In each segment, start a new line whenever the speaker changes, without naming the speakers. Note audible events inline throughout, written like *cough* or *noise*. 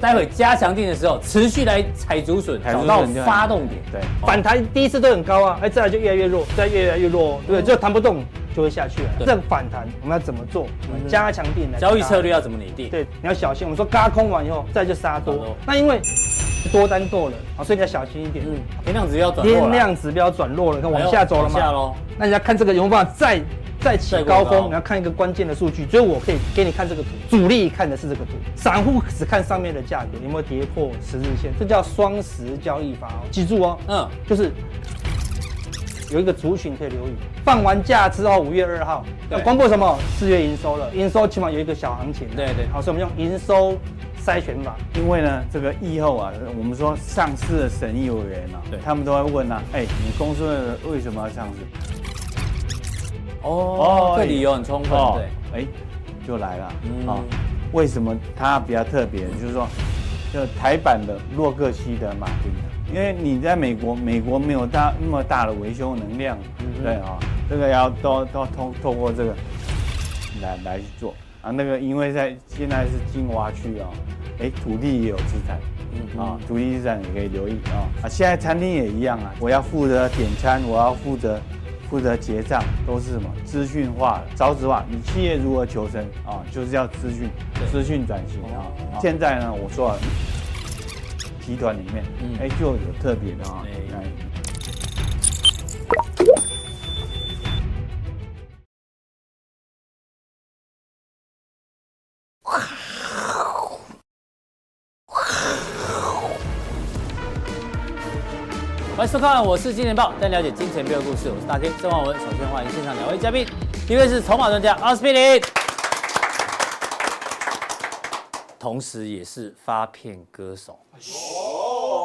待会加强定的时候，持续来踩竹笋，
踩
找
竹笋
到
就来
发动点。
对，
反弹第一次都很高啊，哎，再来就越来越弱，再越来越弱，对不对，就弹不动就会下去了。
哦对嗯
这个反弹我们要怎么做？我们加强定来
交易策
略。
略要怎么拟定？
对，你要小心。我们说嘎空完以后，再就杀
杀多
多。那因为多单够了，啊所以你要小心一点。
嗯，天量只要转弱
天
了，
量指标转弱了，看
哎呦
往下走了
往下
嘛。
喽。
那你要看这个有没有办法再再起高
再过高
峰，你要看一个关键的数据。所以我可以给你看这个图，主力看的是这个图，散户只看上面的价格有没有跌破十日线，这叫双十交易法哦。记住哦，
嗯，
就是有一个族群可以留意。放完假之后，五月二号
对
要公布什么？四月营收了，营收起码有一个小行情。
对对
好，所以我们用营收筛选法。
因为呢，这个疫后啊，我们说上市的审议委员啊
对，
他们都会问啊，哎，你公司为什么要上市？
哦
哦，
这理由很充分，对，，
哎，就来了
嗯
啊。为什么它比较特别？就是说，就台版的洛克希德马丁啊，因为你在美国，美国没有大那么大的维修能量，
嗯
对啊，这个要都都通透过这个来来去做啊。那个因为在现在是精华区啊，哎，土地也有资产。
嗯
啊，土地资产也可以留意啊啊！现在餐厅也一样啊，我要负责点餐，我要负责负责结账，都是什么资讯化的、少子化。你企业如何求生啊？就是要资讯
对、
资讯转型啊
哦。
现在呢，我说啊，集团里面
嗯，
哎，就有特别的啊，
哎
哎
欢迎收看，我是金钱豹，带你了解金钱背后的故事。我是大天郑望文。首先欢迎现场两位嘉宾，一位是筹码专家阿斯匹林，同时也是发片歌手。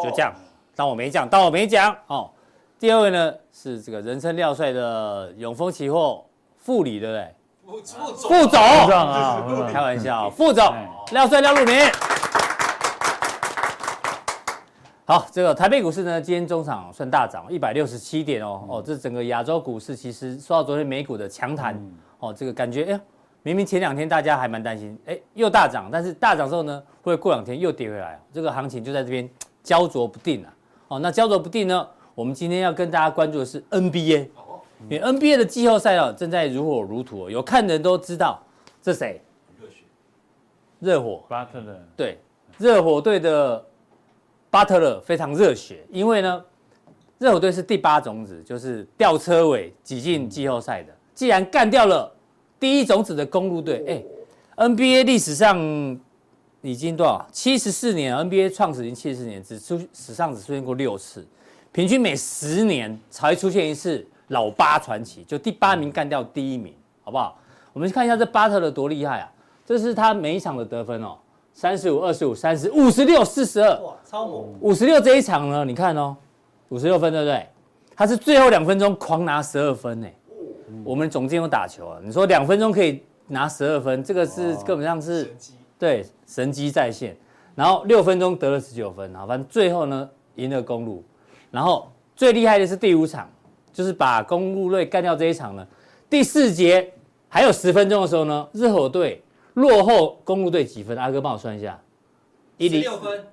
就这样，当我没讲，当我没讲哦。第二位呢是这个人称廖帅的永丰期货副理，对不对？副副总，
这样啊，
开玩笑，副总廖帅廖路明。好，这个台北股市呢，今天中场算大涨，一百六十七点哦。哦，这整个亚洲股市其实受到昨天美股的强弹，哦，这个感觉哎呦，明明前两天大家还蛮担心，哎，又大涨，但是大涨之后呢，会过两天又跌回来，啊这个行情就在这边焦灼不定啊。哦，那焦灼不定呢，我们今天要跟大家关注的是 NBA，因为 NBA 的季后赛啊正在如火如荼哦，有看的人都知道这谁，热火，
巴特勒
对，热火队的巴特勒非常热血，因为呢，热火队是第八种子，就是吊车尾挤进季后赛的。既然干掉了第一种子的公路队，哎、n b a 历史上已经多少？七十四年，NBA 创始已经七十四年，只出史上只出现过六次，平均每十年才会出现一次老八传奇，就第八名干掉第一名，好不好？我们去看一下这巴特勒多厉害啊！这是他每一场的得分哦，三十五、二十五、三十、五十六、四十二，
哇，超猛！
五十六这一场呢，你看哦，五十六分对不对？他是最后两分钟狂拿十二分呢。我们总监有打球啊，你说两分钟可以拿十二分，这个是根本上是对神机在线。然后六分钟得了十九分啊，反正最后呢赢了公路。然后最厉害的是第五场，就是把公路队干掉这一场呢。第四节还有十分钟的时候呢，热火队落后公路队几分？阿哥帮我算一下，一零
分，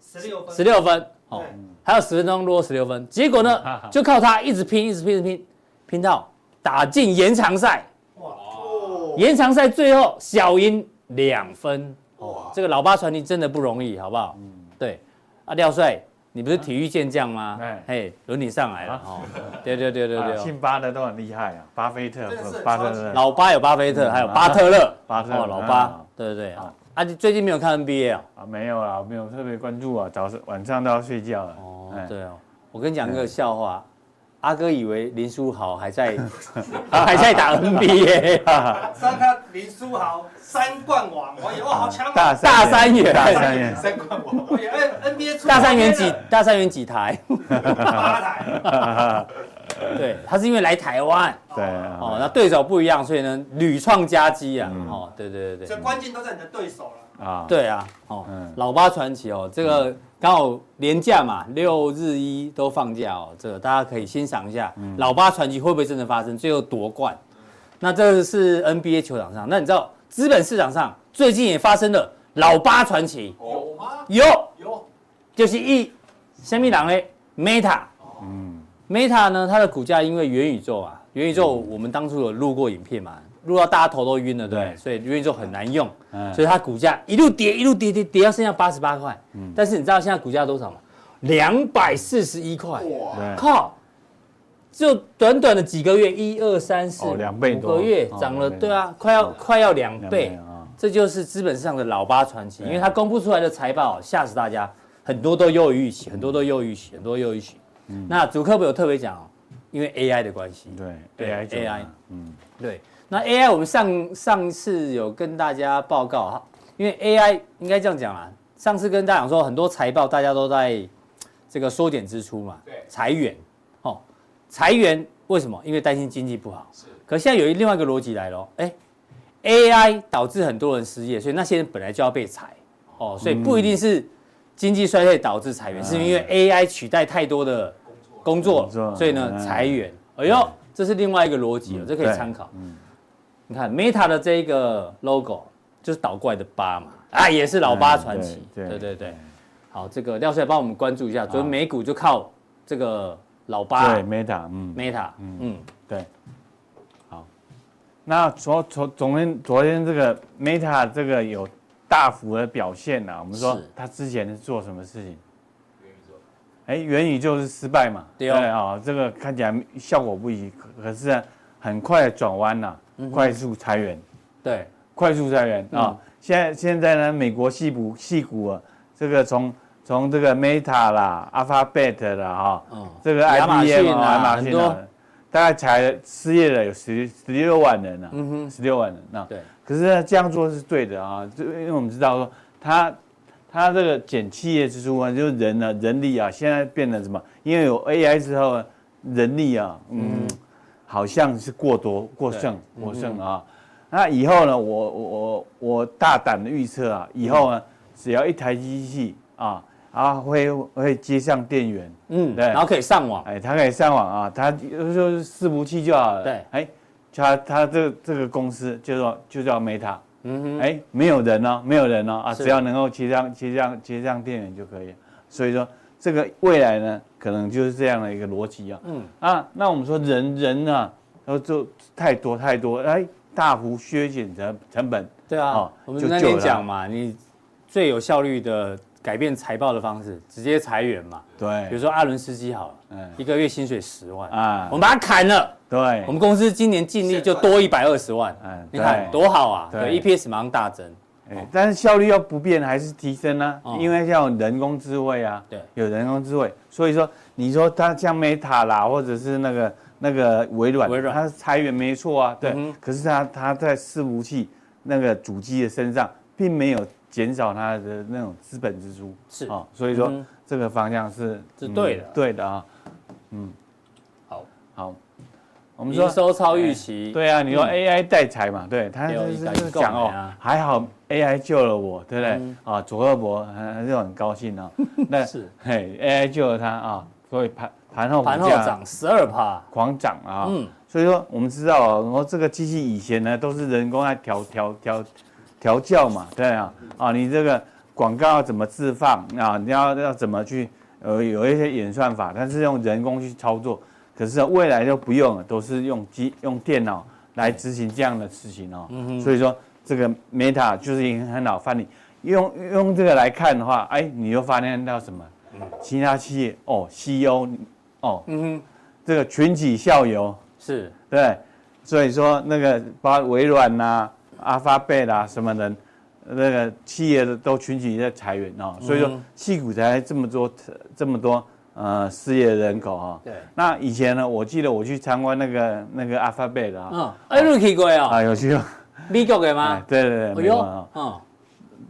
十六分
十六分，哦
对，
还有十分钟落十六分，结果呢，就靠他一直拼，一直拼，一直拼，拼到打进延长赛，延长赛最后小赢两分，哦，这个老八传奇真的不容易，好不好？
嗯
对，啊，廖帅，你不是体育健将吗
啊哎？
嘿，轮你上来了，哦，对对对对
啊，
对，
姓巴的都很厉害啊，巴菲特
真的是、
巴特勒，
老八有巴菲特，
嗯
还有巴特勒，
巴特勒
哦，老
啊
八，对对对，
啊
啊，你最近没有看 NBA 哦？
啊，没有啦，没有特别关注啊，早上晚上都要睡觉了。哦
哦，，对哦，我跟你讲个笑话，阿哥以为林书豪还在 *laughs* 还在打 NBA，
三他林书豪三冠王，我也哇好强啊
大三
大三元
大三元，
三冠王，
我也 N NBA
大三元几大三元几台？
八台，
*laughs* 对，他是因为来台湾
*laughs* 对
哦，
啊
那对手不一样，所以呢屡创佳绩啊，哦，对对对对，
关键都在你的对手了。
啊，
对啊，哦
嗯，
老八传奇哦，这个刚好连假嘛，六日一都放假哦，这个大家可以欣赏一下
嗯
老八传奇会不会真的发生，最后夺冠。那这是 NBA 球场上，那你知道资本市场上最近也发生了老八传奇
有吗？
有，
有，
就是一虾米人嘞，Meta。
嗯，
Meta 呢，它的股价因为元宇宙啊，元宇宙我们当初有录过影片嘛，录到大家头都晕了，对不对，
对
所以元宇宙很难用，
嗯
所以它股价一路跌，一路跌跌跌到剩下八十八块，
嗯
但是你知道现在股价多少吗？两百四十一块，
哇，
对，
靠！就短短的几个月，一二三四，
哦两倍
五
多
个月
哦
涨了，
两倍多
对啊，快要快要两倍
两倍啊
这就是资本市场的老八传奇，
对
因为它公布出来的财报吓死大家，很多都优于预期，很多都优于预期，很多优于预期。那祖克伯有特别讲哦，因为 AI 的关系，
对
对
，AI 九
AI
嘛嗯，
对，那 AI 我们上上次有跟大家报告哈，因为 AI 应该这样讲啦，上次跟大家讲说很多财报大家都在这个缩减支出嘛，
对
裁员，哦，裁员为什么？因为担心经济不好。
是
可现在有一另外一个逻辑来了，哎，AI 导致很多人失业，所以那些人本来就要被裁，哦，所以不一定
嗯
是经济衰退导致裁员，是因为 AI 取代太多的
工作
工作
哎工作
了，所以呢
嗯
裁员。哎呦，这是另外一个逻辑哦，这可以
对
参考。
嗯，
你看 Meta 的这一个 logo 就是倒过来的八嘛，啊，也是老八传奇，
嗯对
对
对
对对。好，这个廖帅帮我们关注一下，昨天美股就靠这个老八
对，Meta，嗯，
Meta，嗯，
对，好，那昨昨昨天昨天这个 Meta 这个有大幅的表现啊呐、我们说
是
它之前是做什么事情？
元宇宙，
哎，元宇宙是失败嘛？
对哦
啊、这个看起来效果不一，可可是、啊、很快地转弯呐、
嗯
快速裁员，
对，
快速裁员
嗯
啊、现在现在呢，美国戏股戏股啊，这个从从这个 Meta 啦、Alphabet 啦哈、
嗯，
这个
亚马
IBM
逊
啊，
啊
亚马
很
逊
多
啊，大概才失业了有十十六万人啊，
嗯哼，
十六万人啊。
对，
可是呢，这样做是对的啊，就因为我们知道说，他他这个减企业支出啊，就是人啊，人力啊，现在变得什么？因为有 AI 之后啊，人力啊，嗯，好像是过多过剩
对嗯
过剩啊。那以后呢，我我我我大胆的预测啊，以后呢，只要一台机器啊啊会会接上电源，
嗯，
对
然后可以上网，
哎，他可以上网啊，他就是伺服器就好了。
对
哎，他他这这个公司就叫就叫 Meta，
嗯哼，
哎，没有人哦，没有人哦啊，
是
只要能够接上接上接上电源就可以了。所以说这个未来呢，可能就是这样的一个逻辑啊。
嗯
啊，那我们说人人呢、啊，然后就太多太多，哎，大幅削减成成本。
对啊
哦，
我们
就
那
救
天
了
讲嘛，你最有效率的改变财报的方式，直接裁员嘛，比如
对，
说阿伦斯基好了
嗯，
一个月薪水十万
啊
我们把他砍了。
对
我，们公司今年净利就多一百二十万
嗯，
你看
对
多好啊！对
对
，EPS 马上大增，
哎，但是效率要不变，还是提升呢、
哦
因为要有人工智慧啊，
对
有人工智慧，所以说你说它像 Meta 啦，或者是那个那个微软，
微软
它裁员没错啊，对，
嗯哼
可是它它在伺服器那个主机的身上，并没有减少它的那种资本支出，
是
啊、所以说、
嗯哼
这个方向是
是对的
对的啊，嗯，
好，
好，我们
营
说
收超预期。
对啊，你说
嗯
AI 代财嘛，对，他
对哦
就
一代一
是
代
讲
嘛
哦
啊，
还好 AI 救了我，对不对
嗯？
啊，左二伯还还是很高
*laughs*
兴啊。那
是
嘿，AI 救了他啊，所以盘盘后股
盘后
价
涨十二趴，
狂涨啊。
嗯，
所以说我们知道哦，然后这个机器以前呢都是人工来调调调调教嘛，对啊，啊，你这个广告要怎么置放啊？你要要怎么去呃有一些演算法，但是用人工去操作。可是未来就不用了，都是用机用电脑来执行这样的事情哦。所以说这个 Meta 就是已经很好范例。用用这个来看的话，哎，你又发现到什么？其他企业哦，CEO 哦，
嗯哼，
这个群体效尤，
是
对，所以说那个包括微软呐、阿发贝啦什么人，那个企业的都群体在裁员哦，所以说
嗯
戏股才这么多这么多呃失业人口哦。
对，
那以前呢，我记得我去参观那个那个阿发贝的啊，
嗯，哎，瑞奇贵啊，
啊有去，
美国的
哎
吗？
对对
哎
对，没有啊
呦，，嗯，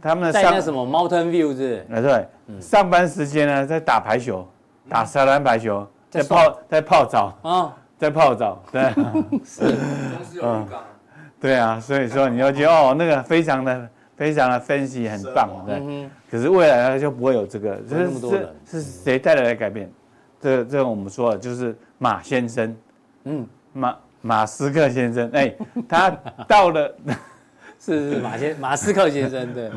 他们
在
的
那
上
什么嗯 Mountain View 是不是？
啊对，上班时间呢在打排球，打沙滩排球，在泡在泡澡，
啊，
在泡澡，
*laughs*
对。嗯
公司有浴缸，
对啊，所以说你要觉得哦，那个非常的非常的分析很棒，对。
嗯
可是未来它就不会有这个，
不会那么多人
是是谁带来的改变？这这我们说的就是马先生，
嗯，
马马斯克先生，哎，他到了
哼，是是马先马斯克先生对，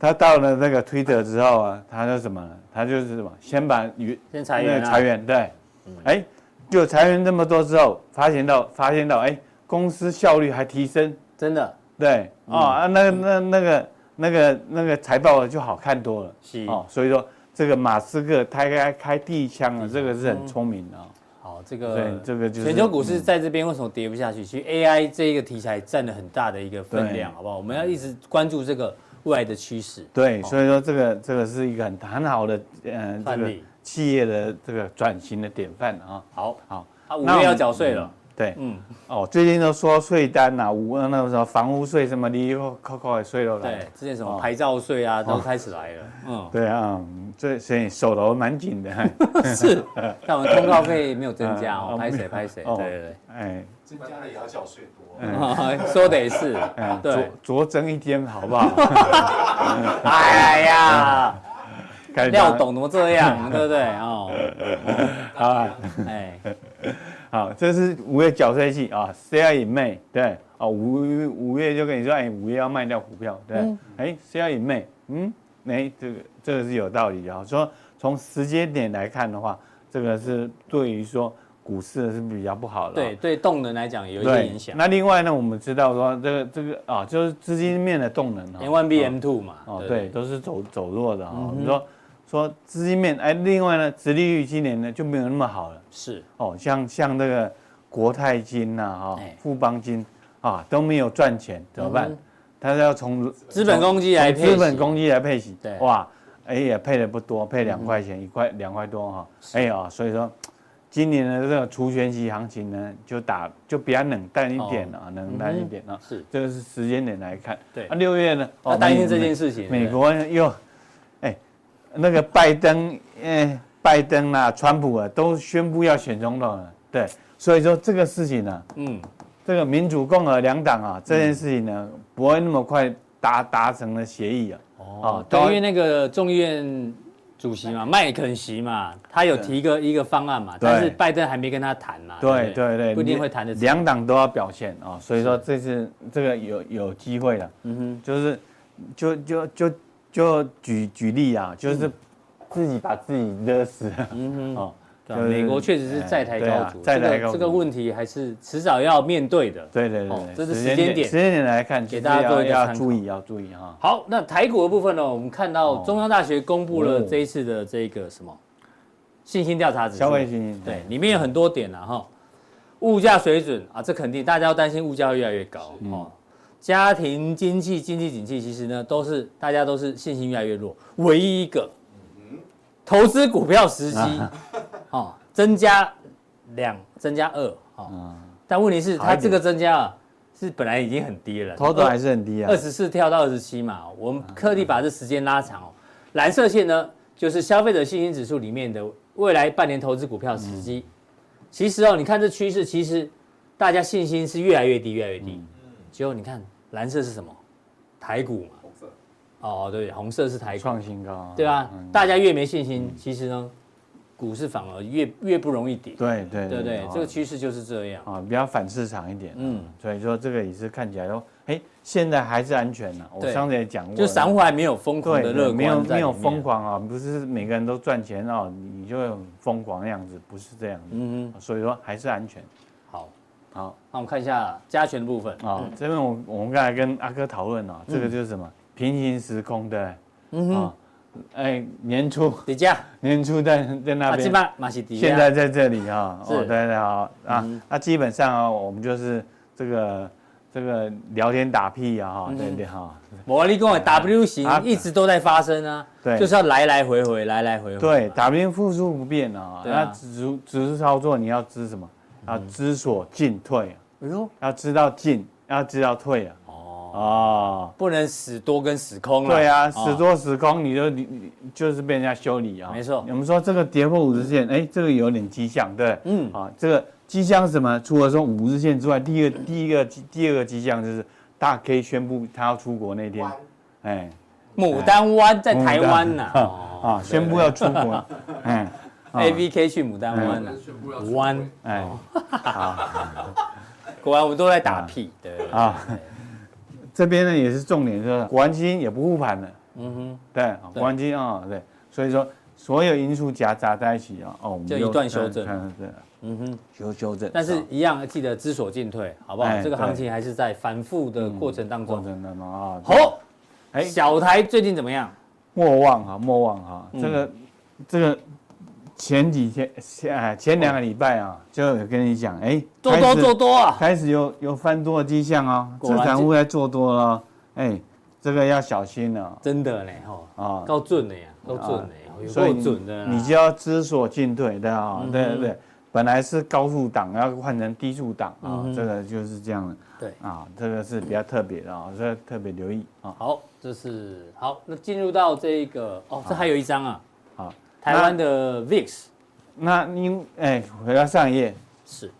他到了那个推特之后啊，他就什么呢？他就是什么，先把原
先裁员啊嗯
那个裁员对，哎、就裁员这么多之后，发现到发现到哎、公司效率还提升，
真的
对
嗯
哦、啊，那那那个那个那个财报就好看多了，
是
哦，所以说这个马斯克他该开第一枪了，这个是很聪明的、
嗯
哦，
好，这个
对这个就是嗯
全球股市在这边为什么跌不下去？其实 AI 这一个题材占了很大的一个分量，
对
好不好？我们要一直关注这个未来的趋势。
对，
哦
所以说这个这个是一个很很好的嗯、呃、
范
这个
例
企业的这个转型的典范啊、
好，
好，
啊，五
那
月
我们
要缴税了，
对，
嗯，
哦，最近都说税单呐、无那个什么房屋税什么的，又扣扣的税都来了
对，之前什么
哦
牌照税啊都开始来
*laughs*
了，嗯，
对啊，嗯这所以手头蛮紧的。哎
是，但我们通告费没有增加
*laughs* 嗯
哦，
哦
拍谁拍谁，对
哦
对
哎，
增加了也要缴税多。
嗯对， *laughs* 说得是
哎，
*laughs* 对，
酌酌增一天好
*laughs*
不好？
哎
*laughs*
呀，
该
廖董怎么这样，对不对？哦，
*laughs* 好啊，
哎，
好，这是五月缴税季啊，sell in May，对，哦，五月五月就跟你说，哎，五月要卖掉股票，对，哎，sell in May，嗯，哎，这个这个是有道理的啊。说从时间点来看的话，这个是对于说股市是比较不好的啊。
对对，动能来讲有一些
对，
影响
那另外呢，我们知道说这个这个啊，就是资金面的动能啊
，N one B M two 嘛，
哦，对，都是走走弱的
嗯
啊。你说说资金面，哎，另外呢，殖利率今年呢就没有那么好了
是，
哦，像像这个国泰金呐哈
哎，
富邦金啊都没有赚钱，怎么办
嗯？
他要从
资本公积来
从
配息
资本公积来配息，
对嗯
哇，哎也配的不多，配两块钱，一块两块多哈，哎呀，所以说今年的这个除权息行情呢，就打就比较冷淡一点啊，冷淡一点啊，
哦嗯是
这个是时间点来看，
对
啊，六月呢，
他担心这件事情，
美国又，哎，那个拜登，哎，拜登啦、川普啊，都宣布要选总统了，对，所以说这个事情呢、啊
嗯，
这个民主共和两党啊，这件事情呢，不会那么快达达成了协议啊。
哦
哦，
对，
都
因为那个众议院主席嘛，麦肯锡嘛，他有提一个一个方案嘛，
对
但是拜登还没跟他谈嘛，
对
不
对对，
啊不一定会谈得成
两党都要表现啊、所以说这次这个有有机会了。嗯哼，就是就就就就举举例啊，就是
嗯
自己把自己勒死了。嗯哼，哦，
对啊
就是
美国确实是债台高
哎
筑，
对啊债台
这个
高嗯筑
这个问题还是迟早要面对的。
对对
哦
对，
这
对
是时间点
时间点来看，
给大家做一
要
个
要
参
注意要注意哈。
好，那台股的部分呢，我们看到
哦
中央大学公布了
哦
这一次的这个什么信心调查指数，
消费信心
对，里面有很多点啦哈。物价水准啊，这肯定大家要担心物价会越来越高哦。家庭经济、经济景气，其实呢都是大家都是信心越来越弱。唯一一个，
嗯
投资股票时机
啊
*laughs* 哦，增加两，增加二哦。但问题是，
嗯好一
它
点
这个增加啊，是本来已经很低了，
头头还是很低啊
二。十四跳到二十七嘛，我们
啊
特
嗯
地把这时间拉长哦。蓝色线呢，就是消费者信心指数里面的未来半年投资股票时
嗯
机。其实哦，你看这趋势，其实大家信心是越来越低，越来越
嗯
低。结果你看蓝色是什么？台股嘛。
红色
哦，对，红色是台股，
创新高啊，
对吧
嗯？
大家越没信心，其实呢，股市反而越越不容易跌，
对对
对不对
哦？
这个趋势就是这样。
啊，比较反市场一点。
嗯
嗯，所以说这个也是看起来说，哎，现在还是安全的。啊我
对
上次也讲过了，
就散户还没有疯狂
对
的
对
乐观
没有
在
没有
里面
疯。狂啊，不是每个人都赚钱啊，你就会很疯狂的样子，不是这样子。
嗯哼，
所以说还是安全。
好，
好
那我们看一下加权的部分。
啊，这边我我们刚才跟阿哥讨论啊，这个就是什么平行时空的
嗯哼，
啊，哎，年初 *laughs*
底价，
年初在在那
啊，这
边。
把马西底价，
现在在这里啊，
是嗯
哦，对对好啊，那基本上啊，我们就是这个这个聊天打屁啊，
嗯
哈，对对哈，
我跟你讲 W 型
啊
一直都在发生啊，
对
就是要来来回回，来来回回嘛，
对，W 复数不变啊，
对啊嗯
那指数指数操作你要知什么？要知所进退啊，
哎呦，
要知道进，要知道退啊，哦，
不能死多跟死空了，
对啊，
哦
时多时空，你就你你就是被人家修理啊。
没错
我们说这个跌破五日线，哎，这个有点迹象，对，
嗯
嗯，啊，这个迹象是什么？除了说五日线之外，第一个第一个迹第二个迹象就是大 K 宣布他要出国那天，哎，
牡丹湾在台湾呐，
啊，宣布要出国， *laughs* 哎，啊
A V K 去牡丹湾啊呐
那，宣布要
湾，
哎，好哎
果然我们都在打屁，对，
啊，这边呢也是重点，就是国安基金也不护盘了，
嗯哼，
对，哦
对
国安基金啊、哦对，所以说所有因素夹杂在一起啊，哦，我们
就一段修正
看看这个
嗯哼。
修修正，
但是
哦
一样记得知所进退，好不好？
哎
这个
对
行情还是在反复的过程当
过
中。
程当中啊，对
好，
哎，
小台最近怎么样？
莫忘哈，莫忘哈，
嗯
这个这个前几天前哎前两个礼拜啊，就有跟你讲，哎，
做
开
多
始
做多啊！
开始有有翻多的迹象哦，
果
资
然
产
是
户在做多了哦，哎，这个要小心了
真的嘞，吼，
啊。
够准的呀，够准的呀，有
所
够
以你
准的啦。啊
你就要知所进退的啊
嗯，哼
对对对，本来是高速档，要换成低速档
嗯
啊
哼，
这个就是这样的
对，
啊，这个是比较特别的啊，这个特别留意啊。
好，这是好。那进入到这个哦，这还有一张啊，
好，
台湾的 VIX
那您哎，回到上一页，
是，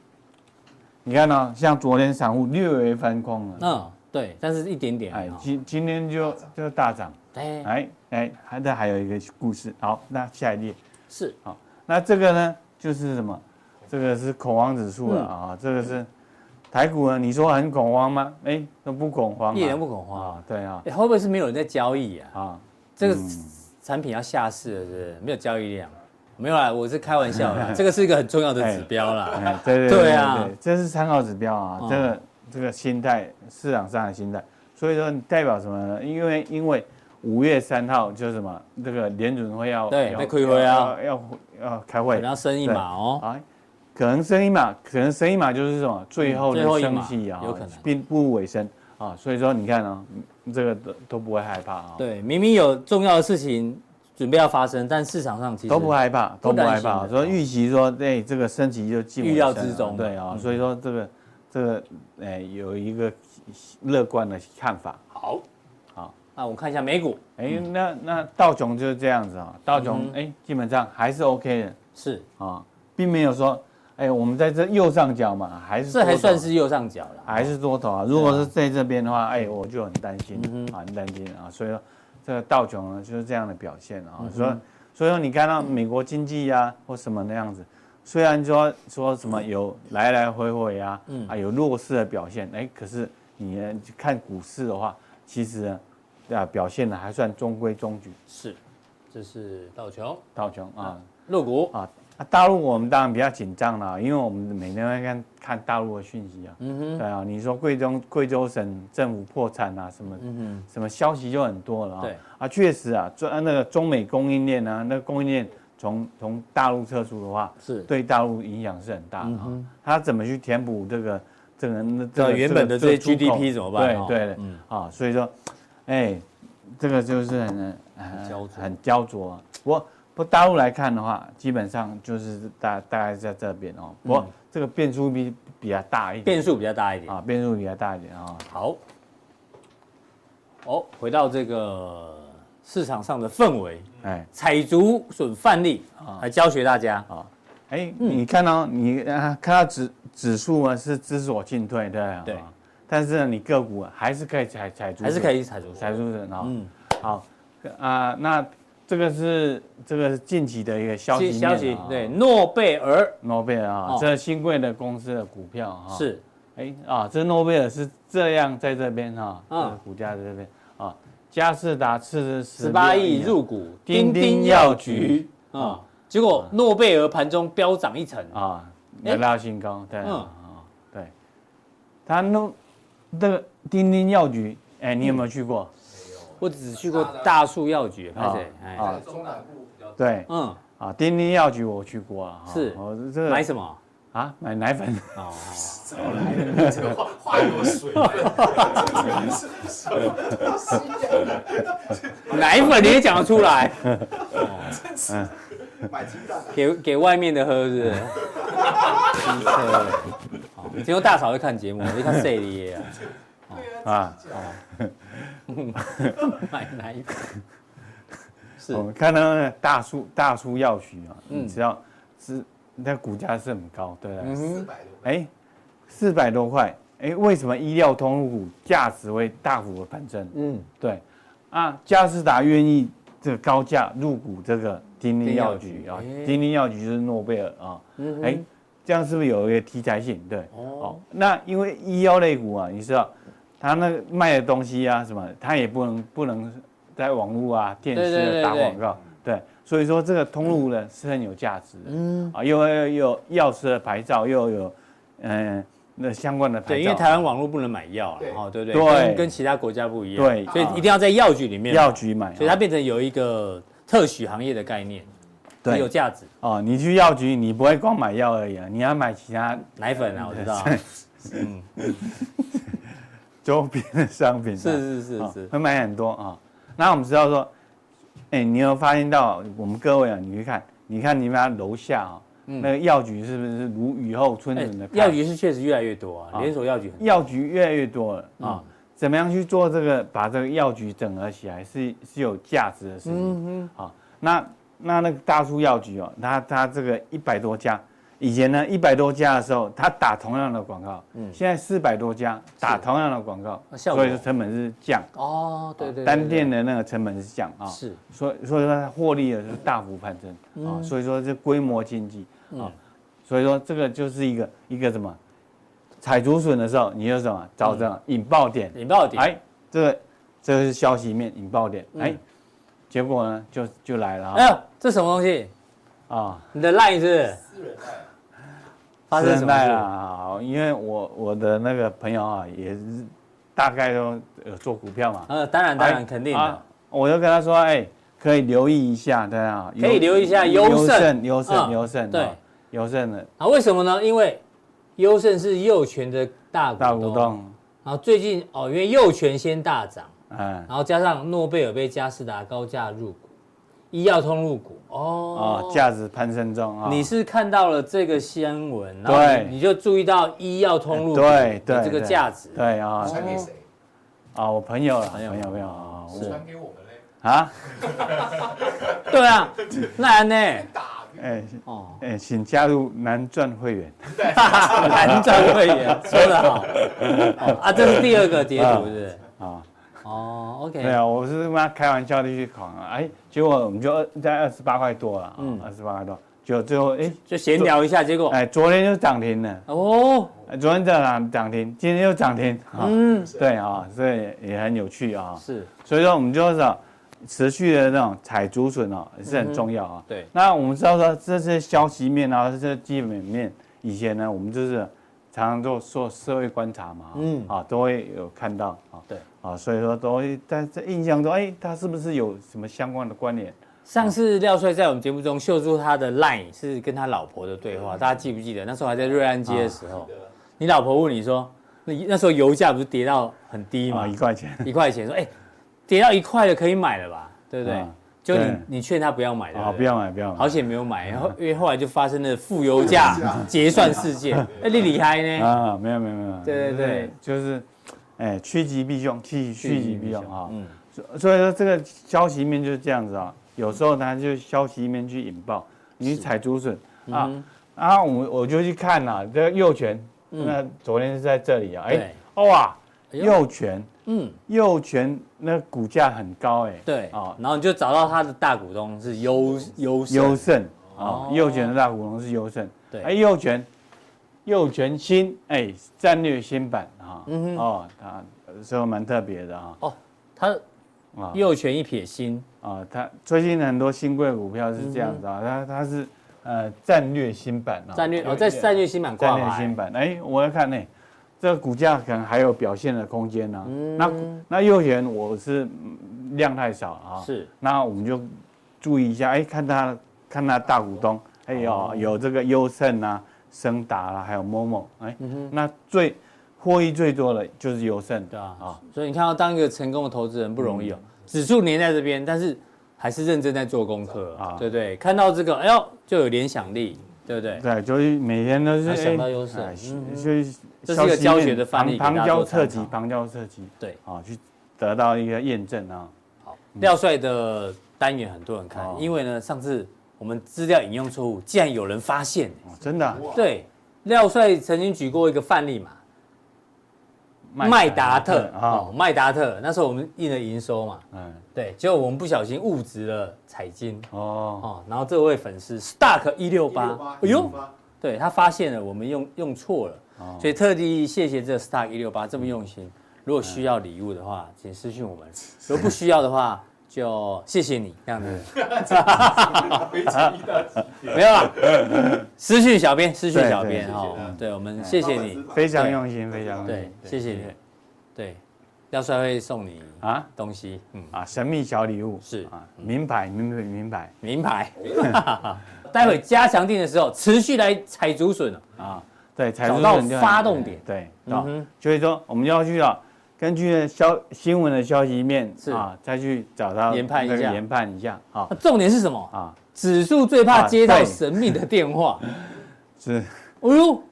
你看呢、像昨天散户略微翻空了，
嗯，对，但是一点点
哎
啊，，
今今天就就大涨，
哎，
哎哎，还这还有一个故事。好，那下一页，
是
那这个呢就是什么？这个是恐慌指数了
嗯
啊，这个是台股呢，你说很恐慌吗？哎，都不恐慌啊，
一点都不恐慌。
啊，对啊，
哎会不会是没有人在交易啊？
啊，
这个
嗯
产品要下市了，是不是？没有交易量，没有啦，我是开玩笑
*laughs*
啦。这个是一个很重要的指标啦。
哎，对对
对
对
啊
啊，对这是参考指标啊
哦，
这个这个心态，市场上的心态。所以说你代表什么呢？因为因为五月三号就是什么，这个联准会要
对
要
在开会啊
要要要开
可
会
能要升一码哦。
啊，可能升一码，可能升一码就是什么最后
嗯最后
的
一码
升息啊，
有可能
并不尾声啊。所以说你看啊，这个都都不会害怕啊，
对，明明有重要的事情准备要发生，但市场上其实
都不害怕，
不
都不
担
害
心
怕。
的哦
说预期说，哎，这个升级就进
预
尾
料
声
之
了
中
对
嘛
啊
嗯。
所以说这个这个，哎，有一个乐观的看法。
好。
好，
那啊我看一下美股
哎，那那道琼就是这样子啊，道琼
嗯嗯哼
哎，基本上还是 OK
是
的啊，并没有说，哎，我们在这右上角嘛，还是
这还
多
算
头
是右上角了，
还是多头啊。如果是在这边的话，哎，我就很担心
嗯
啊，很担心啊。所以说，这个道琼呢就是这样的表现啊。所以，所以说你看到美国经济啊或什么那样子，虽然说说什么有来来回回啊，啊有弱势的表现，哎，可是你呢去看股市的话，其实呢啊表现的还算中规中矩。
是，这是道琼、
道琼啊
陆股，
啊啊，大陆我们当然比较紧张了，因为我们每天会看看大陆的讯息啊。
嗯哼，
对啊，你说贵州贵州省政府破产啊，什么、
嗯
什么消息就很多了啊、
对
啊，确实啊，中啊那个中美供应链啊，那个供应链从从大陆撤出的话，
哼，是，
对大陆影响是很大的啊。它怎么去填补这个这个那这
嗯对
个
原本的
这个
这些
出口
GDP 怎么办哦
对对的、
嗯
啊，所以说，哎，这个就是很
很
很
焦灼
很焦灼啊。不过不过大陆来看的话，基本上就是大大概在这边哦。不过这个变数比比较大一点，
嗯变数比较大一点。
啊，变数比较大一点啊。
好，哦，回到这个市场上的氛围，
哎
采足准范例
啊
来教学大家。
哎，
嗯
你看到、你啊，看到指指数啊是知所进退的，
对
啊但是呢，你个股啊还是可以踩踩住，
还是可以踩足
踩住的啊。
嗯，
好啊、那这个是这个是近期的一个消息面啊
消息对，，诺贝尔
诺贝尔啊
哦，
这新贵的公司的股票啊，
是
哎啊，这诺贝尔是这样在这边啊，
嗯
这个股价在这边啊，佳士达是
十八亿入股
啊丁丁药局
啊，结果诺贝尔盘中飙涨一成，
啊，
哎
来到新高，对，
嗯
啊，对，他弄那个丁丁药局，哎，你有没有去过？
嗯我只去过大树药局，拍谁？哎，
啊
在中南部比较
对，
嗯，
啊，丁丁药局我去过啊，啊
是
我这个
买什么？
啊？买
*laughs*
奶粉，
哦，
早来的，这个话话
*laughs*
有水分，这个是什么东西
奶粉你也讲得出来？
呀？买鸡蛋啊，
给给外面的喝是不 *laughs* 哦是？好，今天大嫂会看节目，你看谁的耶？
啊，
买奶粉是
我们看到那个大叔大叔药局啊，
嗯
你知道是那股价是很高，对不对？
四百多，
哎，四百多块，哎，为什么医疗通路股价值会大幅的攀升？
嗯，
对，啊，佳士达愿意这个高价入股这个丁
丁
丁
药
药局
局
啊
哎，
丁丁药局就是诺贝尔啊，
嗯
哎，这样是不是有一个题材性？对，
哦
哦，那因为医药类股啊，你知道他那个卖的东西啊什么，他也不能不能在网络啊、电视、
对对对
啊、打
对
广告，对，所以说这个通路呢是很有价值的，
嗯，
啊，又又又有药师的牌照，又有嗯、呃那相关的牌照，
对，因为台湾网络不能买药了
对，
哦，对不对？
对
跟跟其他国家不一样，
对
所以一定要在药局里面买
药，局买，哦
所以它变成有一个特许行业的概念，很有
对
价值。
哦，你去药局你不会光买药而已啊，你要买其他
奶粉啊，我知道啊，嗯，
周边的商品
*laughs*
啊，
是哦是是
啊
是，
会买很多啊、那我们知道说，哎、你有发现到我们各位啊，你去看，你看你们家楼下啊、那个药局是不是如雨后
嗯
春
哎
笋的、
药局是确实越来越多啊，
啊
连锁药局很多
药局越来越多了
嗯
啊、怎么样去做这个，把这个药局整合起来是是有价值的事
嗯
情。啊、那那那个大树药局哦，它它这个一百多家，以前呢一百多家的时候，它打同样的广告，现在四百多家打同样的广告，
嗯啊效果
所以说成本是降。
哦，对对，对
单
对
店的那个成本是降啊，
是
所以所以说它获利也是大幅攀升
嗯
啊，所以说这规模经济啊，所以说这个就是一个一个什么，采竹笋的时候你就什么找这种引爆点，
引爆嗯点，
哎，这个这个是消息面引爆点，哎，结果呢就就来了
嗯哎
啊
呦，这什么东西？
啊，
你的 line 是不是
私人爱
发生什
时
么
代
事？
啊，好因为我我的那个朋友啊也是大概都有做股票嘛，
呃，当然当然
哎
肯定
啊
的，
我就跟他说，哎、可以留意一下，对啊，
可以留意一下优
优
胜
胜，优
嗯
胜，优胜，
对
哦，优胜的
啊，为什么呢？因为优胜是右权的大股
大股
东，
东，
然后最近哦，因为右权先大涨，
嗯，
然后加上诺贝尔被佳士达高价入股，医药通入股哦
哦，，价值攀升中啊，
你是看到了这个新闻，然后
对
你你就注意到医药通入股
对对
的这个
对
价值，哦
对啊
传给谁？
啊，我朋友了，朋友朋友啊，我
传给我们嘞？
啊，
对啊，那然呢？
打
哎、
哦，
哎、请加入南钻会员，
蓝钻会员说得
*laughs*
好哦啊，这是第二个截图是不是？
啊，
哦，OK，
对啊，我是跟他开玩笑的去狂啊，哎、结果我们就二在二十八块多了，嗯
嗯，
二十八块多，结果最后哎
就闲聊一下，结果
哎、昨天就涨停了。
哦，
呃昨天涨涨停，今天又涨停，啊
嗯，
对啊、所以也很有趣啊、
是
所以说我们就是、啊、持续的那种采竹笋啊、也是很重要啊、
嗯对，
那我们知道说这些消息面啊，这些基本面，以前呢我们就是常常做做社会观察嘛，
嗯
嗯啊都会有看到啊，
对
啊，所以说都会在这印象中，哎，它是不是有什么相关的关联？
上次廖帅在我们节目中秀出他的 LINE 是跟他老婆的对
嗯
话，大家记不记得？那时候还在瑞安街的时
啊
候，
的，
你老婆问你说，那那时候油价不是跌到很低
啊，
嘛，
一块钱
一块钱，说哎，跌到一块了可以买了吧，对不对
啊？
就你
对
你劝他不要买，对
啊，
对
不要买，嗯不要买，
好险没有买，然后因为后来就发生了负油价结算事
*laughs*
件，哎，你厉害呢？
啊，没有没有没有，
对对对，
就是，哎，趋吉避凶，趋趋吉避凶啊。
嗯，
所所以说这个消息面就是这样子啊，有时候它就消息面去引爆，你去踩竹笋啊
嗯
啊，我我就去看啦、这个右拳，
嗯
那昨天是在这里啊，哎
对、
哇，
哎呦
右拳
嗯，
右拳那股价很高哎、
对，
啊
然后你就找到他的大股东是优优胜
优胜
哦
啊，右拳的大股东是优胜，
对
哎右拳右拳新哎战略新版啊，
嗯哼
哦，它呃所以蛮特别的啊
哦，他
啊。
右拳一撇心，
啊，它最近很多新贵股票是这样子啊，它它是呃战略新版
嗯
啊，
战略哦，
有
在
有
战略新版挂
战略
牌
新，版，哎，我要看呢，这个股价可能还有表现的空间呢。
嗯
那股那右旋我是嗯量太少啊，
是，
那我们就注意一下，哎，看它看它大股东，哎
哦
有有这个优胜啊、升达啦，还有 MOMO，哎，
嗯
那最获益最多的就是优胜，
对啊，所以你看到当一个成功的投资人不容易哦，指数粘在这边，但是还是认真在做功课
啊
对不对？看到这个，哎呦，就有联想力，对不对？
对，就是每天都是
啊想
哎
到优势
哎
嗯嗯
就是
这是一个
消息
教学
面
的范例
旁
给大
旁
家
敲
做
侧
参
击
考，
旁敲侧击，
对，
啊，去得到一个验证啊。
廖帅的单元很多人看
哦，
因为呢，上次我们资料引用错误，竟然有人发现，
哦真的啊，
哇，
对，廖帅曾经举过一个范例嘛，麦达特
啊
哦，，麦达特，那时候我们印了营收嘛，
嗯，
对，结果我们不小心误植了彩金
哦，
哦，然后这位粉丝 Stark 一六八
168，
哎呦，
168
对他发现了我们用用错了，所以特地谢谢这 Stark 一六八这么用心，如果需要礼物的话，请私信我们；如果不需要的话，就谢谢你这样子。
回家一大集。
没有啦，私信小编，私信
对
小
对
编
谢
哦
谢嗯。
对，我们谢谢
*laughs*
你。
非常用心，非常用心
对，谢谢你。对，廖帅会送你
啊
东西，嗯，
啊，神秘小礼物
是嗯
啊，名牌，名牌，名牌
名牌。 *laughs* 待会加强定的时候，持续来踩竹笋哦。
啊，对，才
找
出
到
人就
发动点
对，
嗯
啊
哼，
所以说我们要去啊，根据消新闻的消息面
是
啊，再去找到
研判一
那个
下
研判一下啊
那重点是什么？
啊，
指数最怕
啊
接到
对
神秘的电话。
是
哦呦，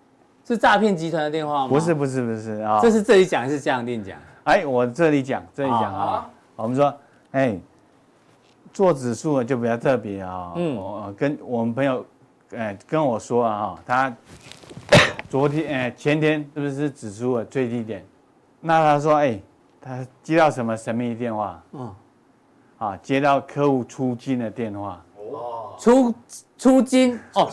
是诈骗集团的电话吗？
不是，不是不是啊？
这是这里讲还是这样定讲？
哎，我这里讲，这里讲
啊
啊，我们说，哎，做指数的就比较特别啊。
嗯
嗯，我跟我们朋友，哎，跟我说啊，他昨天哎前天是不是指数的最低点？那他说，哎，他接到什么神秘电话？
嗯
嗯，啊，接到客户出金的电话，
哦，
出出金哦，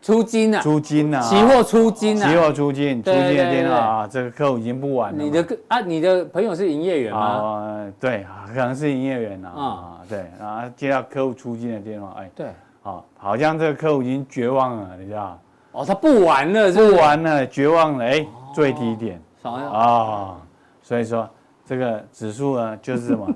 出金啊，
出金啊，
期货出金
期
啊。
货出金，出
对
金
对
的
对
电话啊，这个客户已经不玩了嘛。
你的个啊，你的朋友是营业员吗？
啊，对，可能是营业员啊，啊，对，然后接到客户出金的电话，哎，
对，
好，好像这个客户已经绝望了，你知道，
哦，他不玩了，是哦
不
是，
玩了，绝望了，哎，最低点
爽啊
啊，所以说这个指数呢，就是
*laughs*
什么，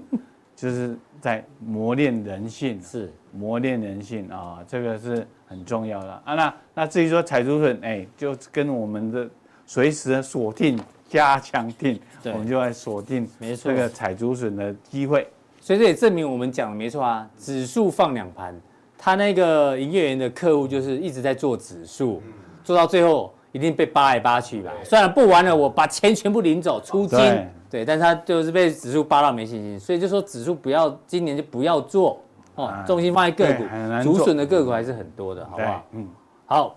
就是在磨练人性，
是
磨练人性啊，这个是很重要的啊。那那至于说踩竹笋，哎，就跟我们的随时锁定加强定，
对
我们就来锁定
没错
这个踩竹笋的机会。
所以这也证明我们讲的没错啊，指数放两盘，他那个营业员的客户就是一直在做指数，做到最后一定被扒来扒去吧。虽然不玩了，我把钱全部领走出金，
对
对，但是他就是被指数扒到没信心，所以就说指数不要今年就不要做哦，
哎
重心放在个股
对很，难
竹
做
笋的个股还是很多的，好不
对
好？？
嗯，
好，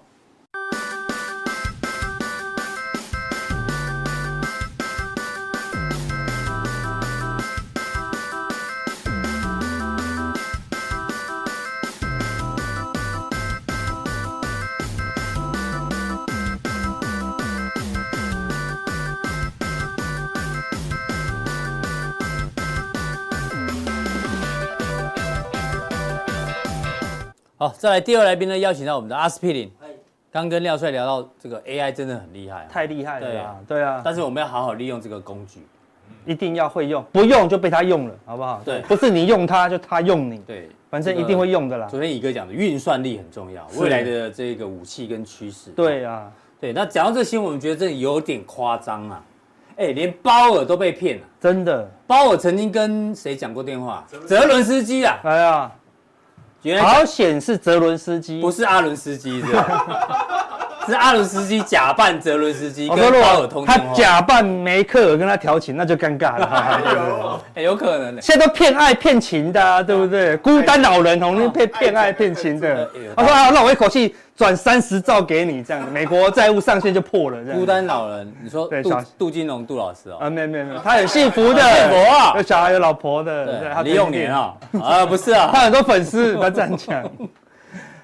好，再来第二位来宾呢，邀请到我们的阿司匹林。刚跟廖帅聊到这个 AI 真的很厉害啊、
太厉害
对
了
啊
啊！对啊，
但是我们要好好利用这个工具。
一定要会用，不用就被他用了，好不好？
对
不是你用它，就它用你，
对，
反正一定会用的啦。
昨天乙哥讲的运算力很重要，
是
未来的这个武器跟趋势。
对啊，
对，那讲到这新闻，我们觉得真的有点夸张啊！哎，连鲍尔都被骗了、
真的，
鲍尔曾经跟谁讲过电话？泽伦斯基啊，
哎呀，
原来
好险是泽伦斯基，
不
是
是阿伦斯基是吧？ *laughs* 是阿伦斯基假扮泽伦斯基
我
跟
说
鲍尔
如
通
果
电
他
话，
假扮梅克尔跟他调情，那就尴尬了。
*laughs*
哈哈
有
哎有可
*laughs*
能的、
现在都骗爱骗情的、啊，对不对？孤单老人哦，那骗骗爱骗情的
哎呦。
他说啊，那我一口气转三十兆给你，这样子，美国债务上限就破了，这样。
孤单老人，你说
对
杜
小
杜金龙杜老师哦，
啊，没有没有没有，他很幸福的，
很幸福啊
有小孩有老婆的，对
对，
他
李永年啊，啊不是
他
啊，
很多粉丝，不要这
*laughs*
样讲。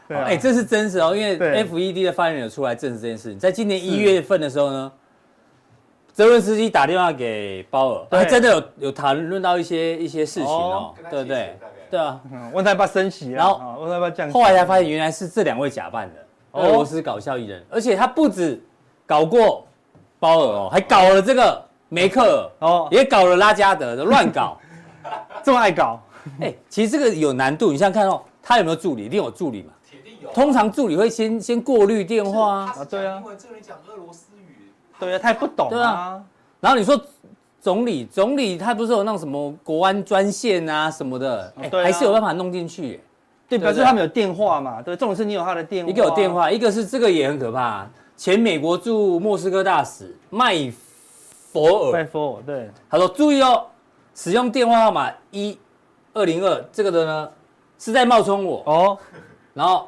对啊
哎，这是真实哦，因为
对
FED 的发言人有出来证实这件事情。在今年一月份的时候呢，泽伦斯基打电话给鲍尔，
对
还真的有有谈论到一些一些事情哦
哦，
对不对
跟他借钱大概？
对啊，
嗯问他要不要升息啊，
然后
啊问他要不要降息。
后来才发现原来是这两位假扮的
哦
俄罗斯搞笑艺人，而且他不止搞过鲍尔哦，还搞了这个梅克尔，
哦，
也搞了拉加德的乱搞。
这么爱搞，
哎、其实这个有难度，你想想看哦，他有没有助理？一定有助理嘛。
铁定有。
通常助理会先先过滤电话啊，
啊，对啊。英文这个人讲俄罗斯语，
对啊，他也不懂
对
啊
啊。然后你说总理，总理他不是有那种什么国安专线啊什么的，哎、
对啊
还是有办法弄进去耶、
对，
对
表示
对
他们有电话嘛，对，重点是你有他的电话。
一个有电，话，一个是这个也很可怕、前美国驻莫斯科大使麦佛
拜
尔
佛，对，
他说：“注意哦，使用电话号码一二零二这个的呢是在冒充我。”
哦，
然后，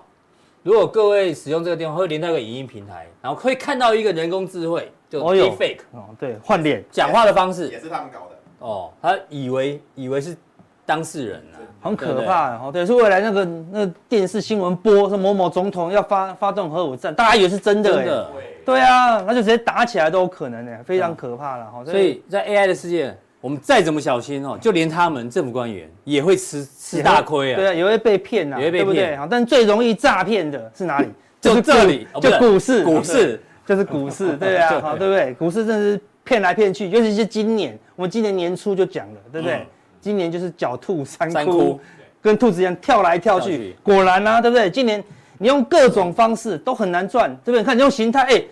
如果各位使用这个电话，会连到一个影音平台，然后会看到一个人工智慧，就
哦
d
哟
fake
哦，对，换脸，
讲话的方
也
式
是他们搞的。
哦，他以为以为是当事人啊，
很可怕的哦。对，是未来那个那个电视新闻播说某某总统要发发动核武战，大家以为是真的
真
哎。
的。啊
对啊，那就直接打起来都有可能哎，非常可怕了哈。
所以在 AI 的世界，我们再怎么小心哦，就连他们政府官员也会吃吃大亏
对
啊。
啊，也会被骗啊，
也会被
对不对？
骗
好，但最容易诈骗的是哪里？
就是这里
股
哦不
就是股市，
股市
就是
*laughs*
股市，对啊，好，对不对？股市真的是骗来骗去，尤其是今年，我们今年年初就讲了，对不对
嗯？
今年就是狡兔三
三
窟
窟，
跟兔子一样跳来跳
跳
去
去。
果然啊，对不对？今年你用各种方式都很难赚，对不对？你看你用形态，哎。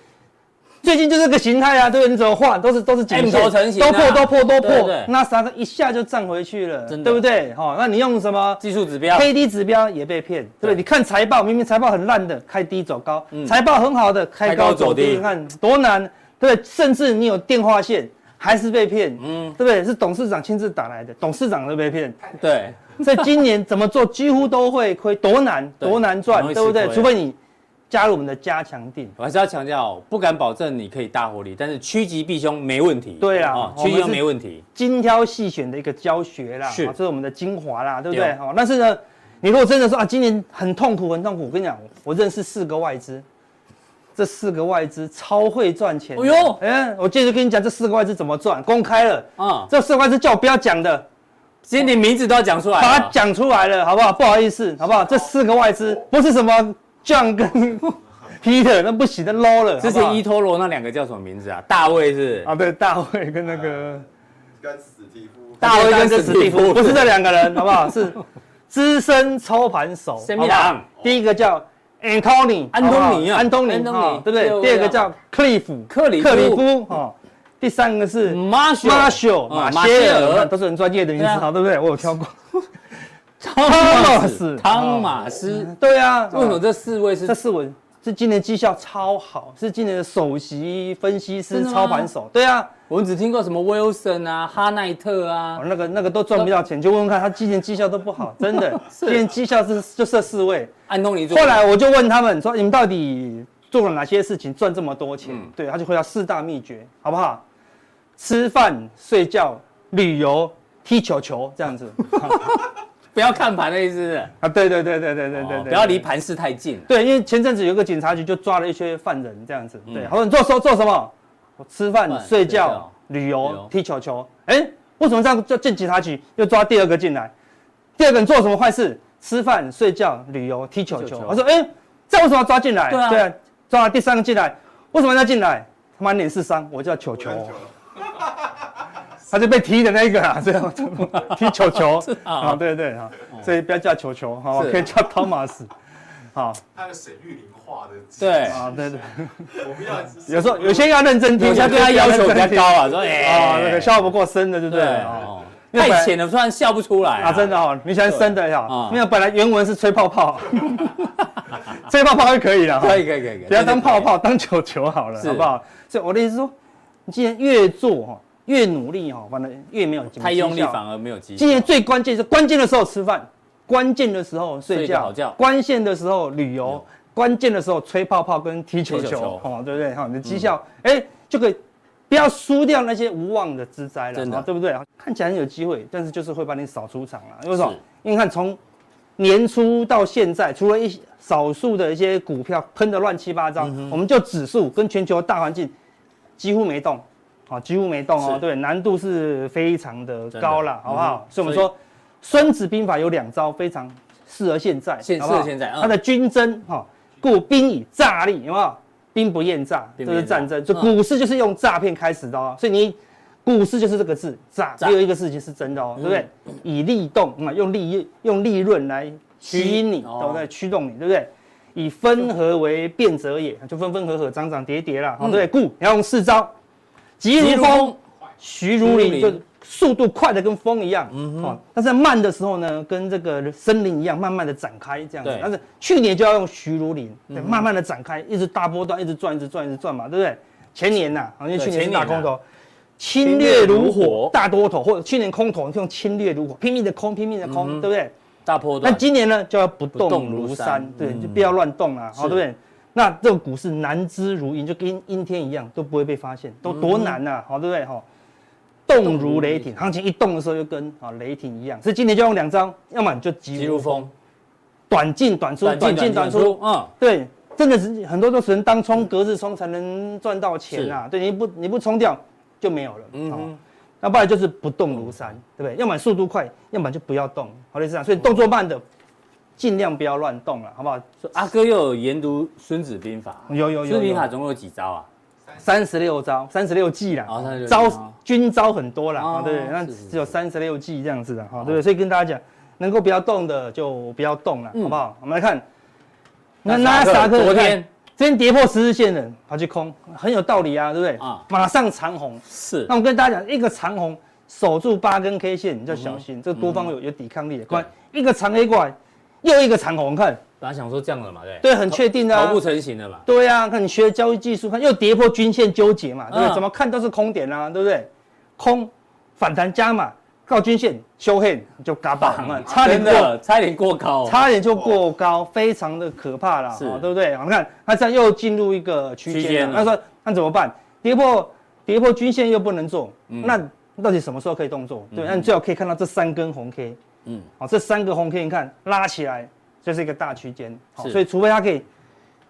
最近就是这个形态啊，对不对？你怎么换都是都是颈
M
线
头成型啊
都破都破都
对
破
对，
那啥一下就站回去了，
真的
对不对？好，那你用什么
技术指标，
K D 指标也被骗，
对
对不对？
嗯
你看财报，明明财报很烂的，开低走高；财报很好的，开
开
高
高
走
走
低。
低
你看多难，对不对？甚至你有电话线还是被骗，嗯，对不对？是董事长亲自打来的，董事长都被骗。
对，
所以今年怎么做，几乎都会亏，多难，
对
多难赚
很，容易
对不对
吃？亏
除非你加入我们的加强定。
我还是要强调哦，不敢保证你可以大获利，但是趋吉避凶没问题。
对啊
哦
我
趋
们
吉避凶
是
没问题。
精挑细选的一个教学啦，
是
好这是我们的精华啦，对不对
对？
好、但是呢，你如果真的说啊，今年很痛苦，很痛苦，我跟你讲，我认识四个外资，这四个外资超会赚钱。哎
哎呦
呦，哎，我接着跟你讲这四个外资怎么赚，公开了，
啊，
这四个外资叫我不要讲的，
今天连名字都要讲出来啊
把
了
它。讲出来了，好不好？不好意思，好不好？这四个外资不是什么 John 跟 *laughs* Peter，那不行，那 low 了。
之
好不好
前伊托罗那两个叫什么名字啊？大卫是
啊，对，大卫跟那个。
跟史蒂夫
大卫跟史蒂夫，
不是这两个人，好不好？
*laughs*
是资深操盘手，
神
好
秘
不好
郎
第一个叫 Anthony，
安东尼啊
好不好安东尼，
安东尼
哦对不对？
对
第二个叫 Cliff，
克里夫
克里夫，哦，第三个是
Marshall
Marshall，
嗯
马歇
马歇
尔，
尔
都是很专业的名字，
对啊
好，对不对？我有
*laughs*
挑过，
汤
马
马
斯
斯，汤马斯。
对啊，
为什么
哦
这四位是
这是我是今年绩效超好，是今年的首席分析师
真的吗
操盘手，对啊，
我们只听过什么 Wilson 啊、哈奈特啊
哦，，那个那个都赚不到钱，就问问看他今年绩效都不好，
*laughs*
真的，今年绩效是就这四位，
安东尼做
后来我就问他们说：“你们到底做了哪些事情赚这么多
嗯
钱？”对，他就回答四大秘诀，好不好？吃饭、睡觉、旅游、踢球球
*laughs*
这样子
不要看盘的意思是不是，
啊！对对对对对对对
哦不要离。盘势太近。
对，因为前阵子有个警察局就抓了一些犯人这样子，对，他说你做做做什么？我吃饭、
嗯饭
睡
睡
觉
觉、
旅
旅
游
游、
踢球球。哎，为什么这样就进警察局又抓第二个进来？第二个你做什么坏事？吃饭、睡觉、旅游、踢球
踢球
球
球。
我说，哎，这样为什么要抓进来？
对啊
抓了第三个进来，为什么要进来？他满脸是伤，我叫球球，他就被踢的那一个啊，这样 *laughs* 踢
*laughs*
球球
啊
啊，对对啊，所以不要叫球球，好吧，
是啊
可以叫汤马斯，好
他的水域灵化的，
对，
啊，对对。
我们要
有时候
哦
有些要认真听，
有些对他要求比较高啊，说哎，
啊，那个笑不过深的，对不
对
对？哦
哦，太浅了，突然笑不出来
啊，真的哦，你喜欢深的呀
啊？
没有，本来原文是吹
*laughs*
泡泡，吹泡泡就可以了哈，
可以可以可以，可以
哦不要当泡，泡，当球球好了，
是
好不好？所以我的意思是说，你今年越做哈，越努力哈，反正越没有
太用力
绩效
反而没有机
今
会。
年最关键是关键的时候吃饭，关键的时候睡
睡个
觉，
好觉嗯
关键的时候旅游，关键的时候吹泡泡跟踢球
踢
球
球嗯球，
哦，对不对？哈，你的绩效，哎、就可以不要输掉那些无望的之灾了，
真的
哦对不对？看起来很有机会，但是就是会把你扫出场了。为什么
是？
因为你看从年初到现在，除了一些少数的一些股票喷的乱七八糟，
嗯
我们就指数跟全球大环境几乎没动，好、几乎没动哦。
是
对，难度是非常的
真的
高了，好不好
嗯？哼
所以我们
所以
说，《孙子兵法》有两招非常适合现在，
现
好不好
适合现在嗯
它的军争哈、故兵以诈立，有没有？兵不厌诈，这
兵不
是
厌诈
战争。就
嗯
股市就是用诈骗开始的哦，所以你股市就是这个字诈，
诈嗯
没有一个事情是真的哦，对不对？以利动啊，用利用利润来吸引你，
驱哦
对不对？驱动你，对不对？以分合为变者也，就分分合合，涨涨跌跌啦，好对不对？故你要用四招，急
嗯急
如
如
风
风，
徐如林，
徐如林嗯
就速度快的跟风一样，哦，但是慢的时候呢，跟这个森林一样，慢慢的展开这样子
对。嗯
但是去年就要用徐如林，对慢慢的展开，一直大波段，一直转，一直转，一直转嘛，对不对？前年呐，好像去年是
前年
大
啊
空头，侵略
侵
如
略如
火
火，
大多头，或者去年空头，你可以用侵略如火，拼命的空，拼命的
嗯
空，对不对？
大波
那
段，
今年呢，就要不
不
动
动如
如
山
山，嗯对，就不要乱动啦，好，对不对？那这种股市啊哦难知如阴，就跟阴天一样，都不会被发现，都多难呐，好，对不对？哈，嗯动如雷霆，行情一动的时候就跟啊雷霆一样，所以今天就用两张，要么你就急
急如
如风，
风，
短进短出，短进短出，，
嗯，
对，真的是很多都只能当冲、隔日冲才能赚到钱啊。对，你不你不冲掉就没有了。
嗯
嗯、
哼
哦，那不然就是不动如山，对不对？要么速度快，要么就不要动，好类似这样。所以动作慢的，尽量不要乱动了，好不好？
所以阿哥又有研读《孙子兵法》，
有有有
孙子兵法》
有
总共有几招啊？
三十六招，三十六计啦，
哦36
招
计哦
军招很多啦，
哦
哦、对不对？那
是是哦
只有三十六计这样子的，哈、对不对？所以跟大家讲，能够不要动的就不要动了，
嗯
好不好？我们来看，
那
那纳斯达克
昨
你看
天
今天跌破十日线了，跑去空，很有道理啊，对不对？
啊
啊，马上长红。
是
那我跟大家讲，一个长红守住八根 K 线，你就小
嗯
心，这多方有有抵抗力的。快，一个长 A 过来，又一个长红，看，
本来想说这样了嘛，对，
对，很确定的、
头
啊
部。成型了嘛，
对呀、啊，看你学交易技术，看又跌破均线纠结嘛，对不对？
嗯
怎么看都是空点啊，对不对？空反弹加码告均线修黑就嘎巴，看差点
啊真
过
的差点过高哦，
差点就过高，非常的可怕啦，
是
哦对不对？好，你看它这样又进入一个区
区间
间
了
了，那说那怎么办？跌破跌破均线又不能做，
嗯
那到底什么时候可以动作？对，那你最好可以看到这三根红 K，
嗯
嗯，好，这三个红 K 你看拉起来就是一个大区间，好，
是
所以除非它可以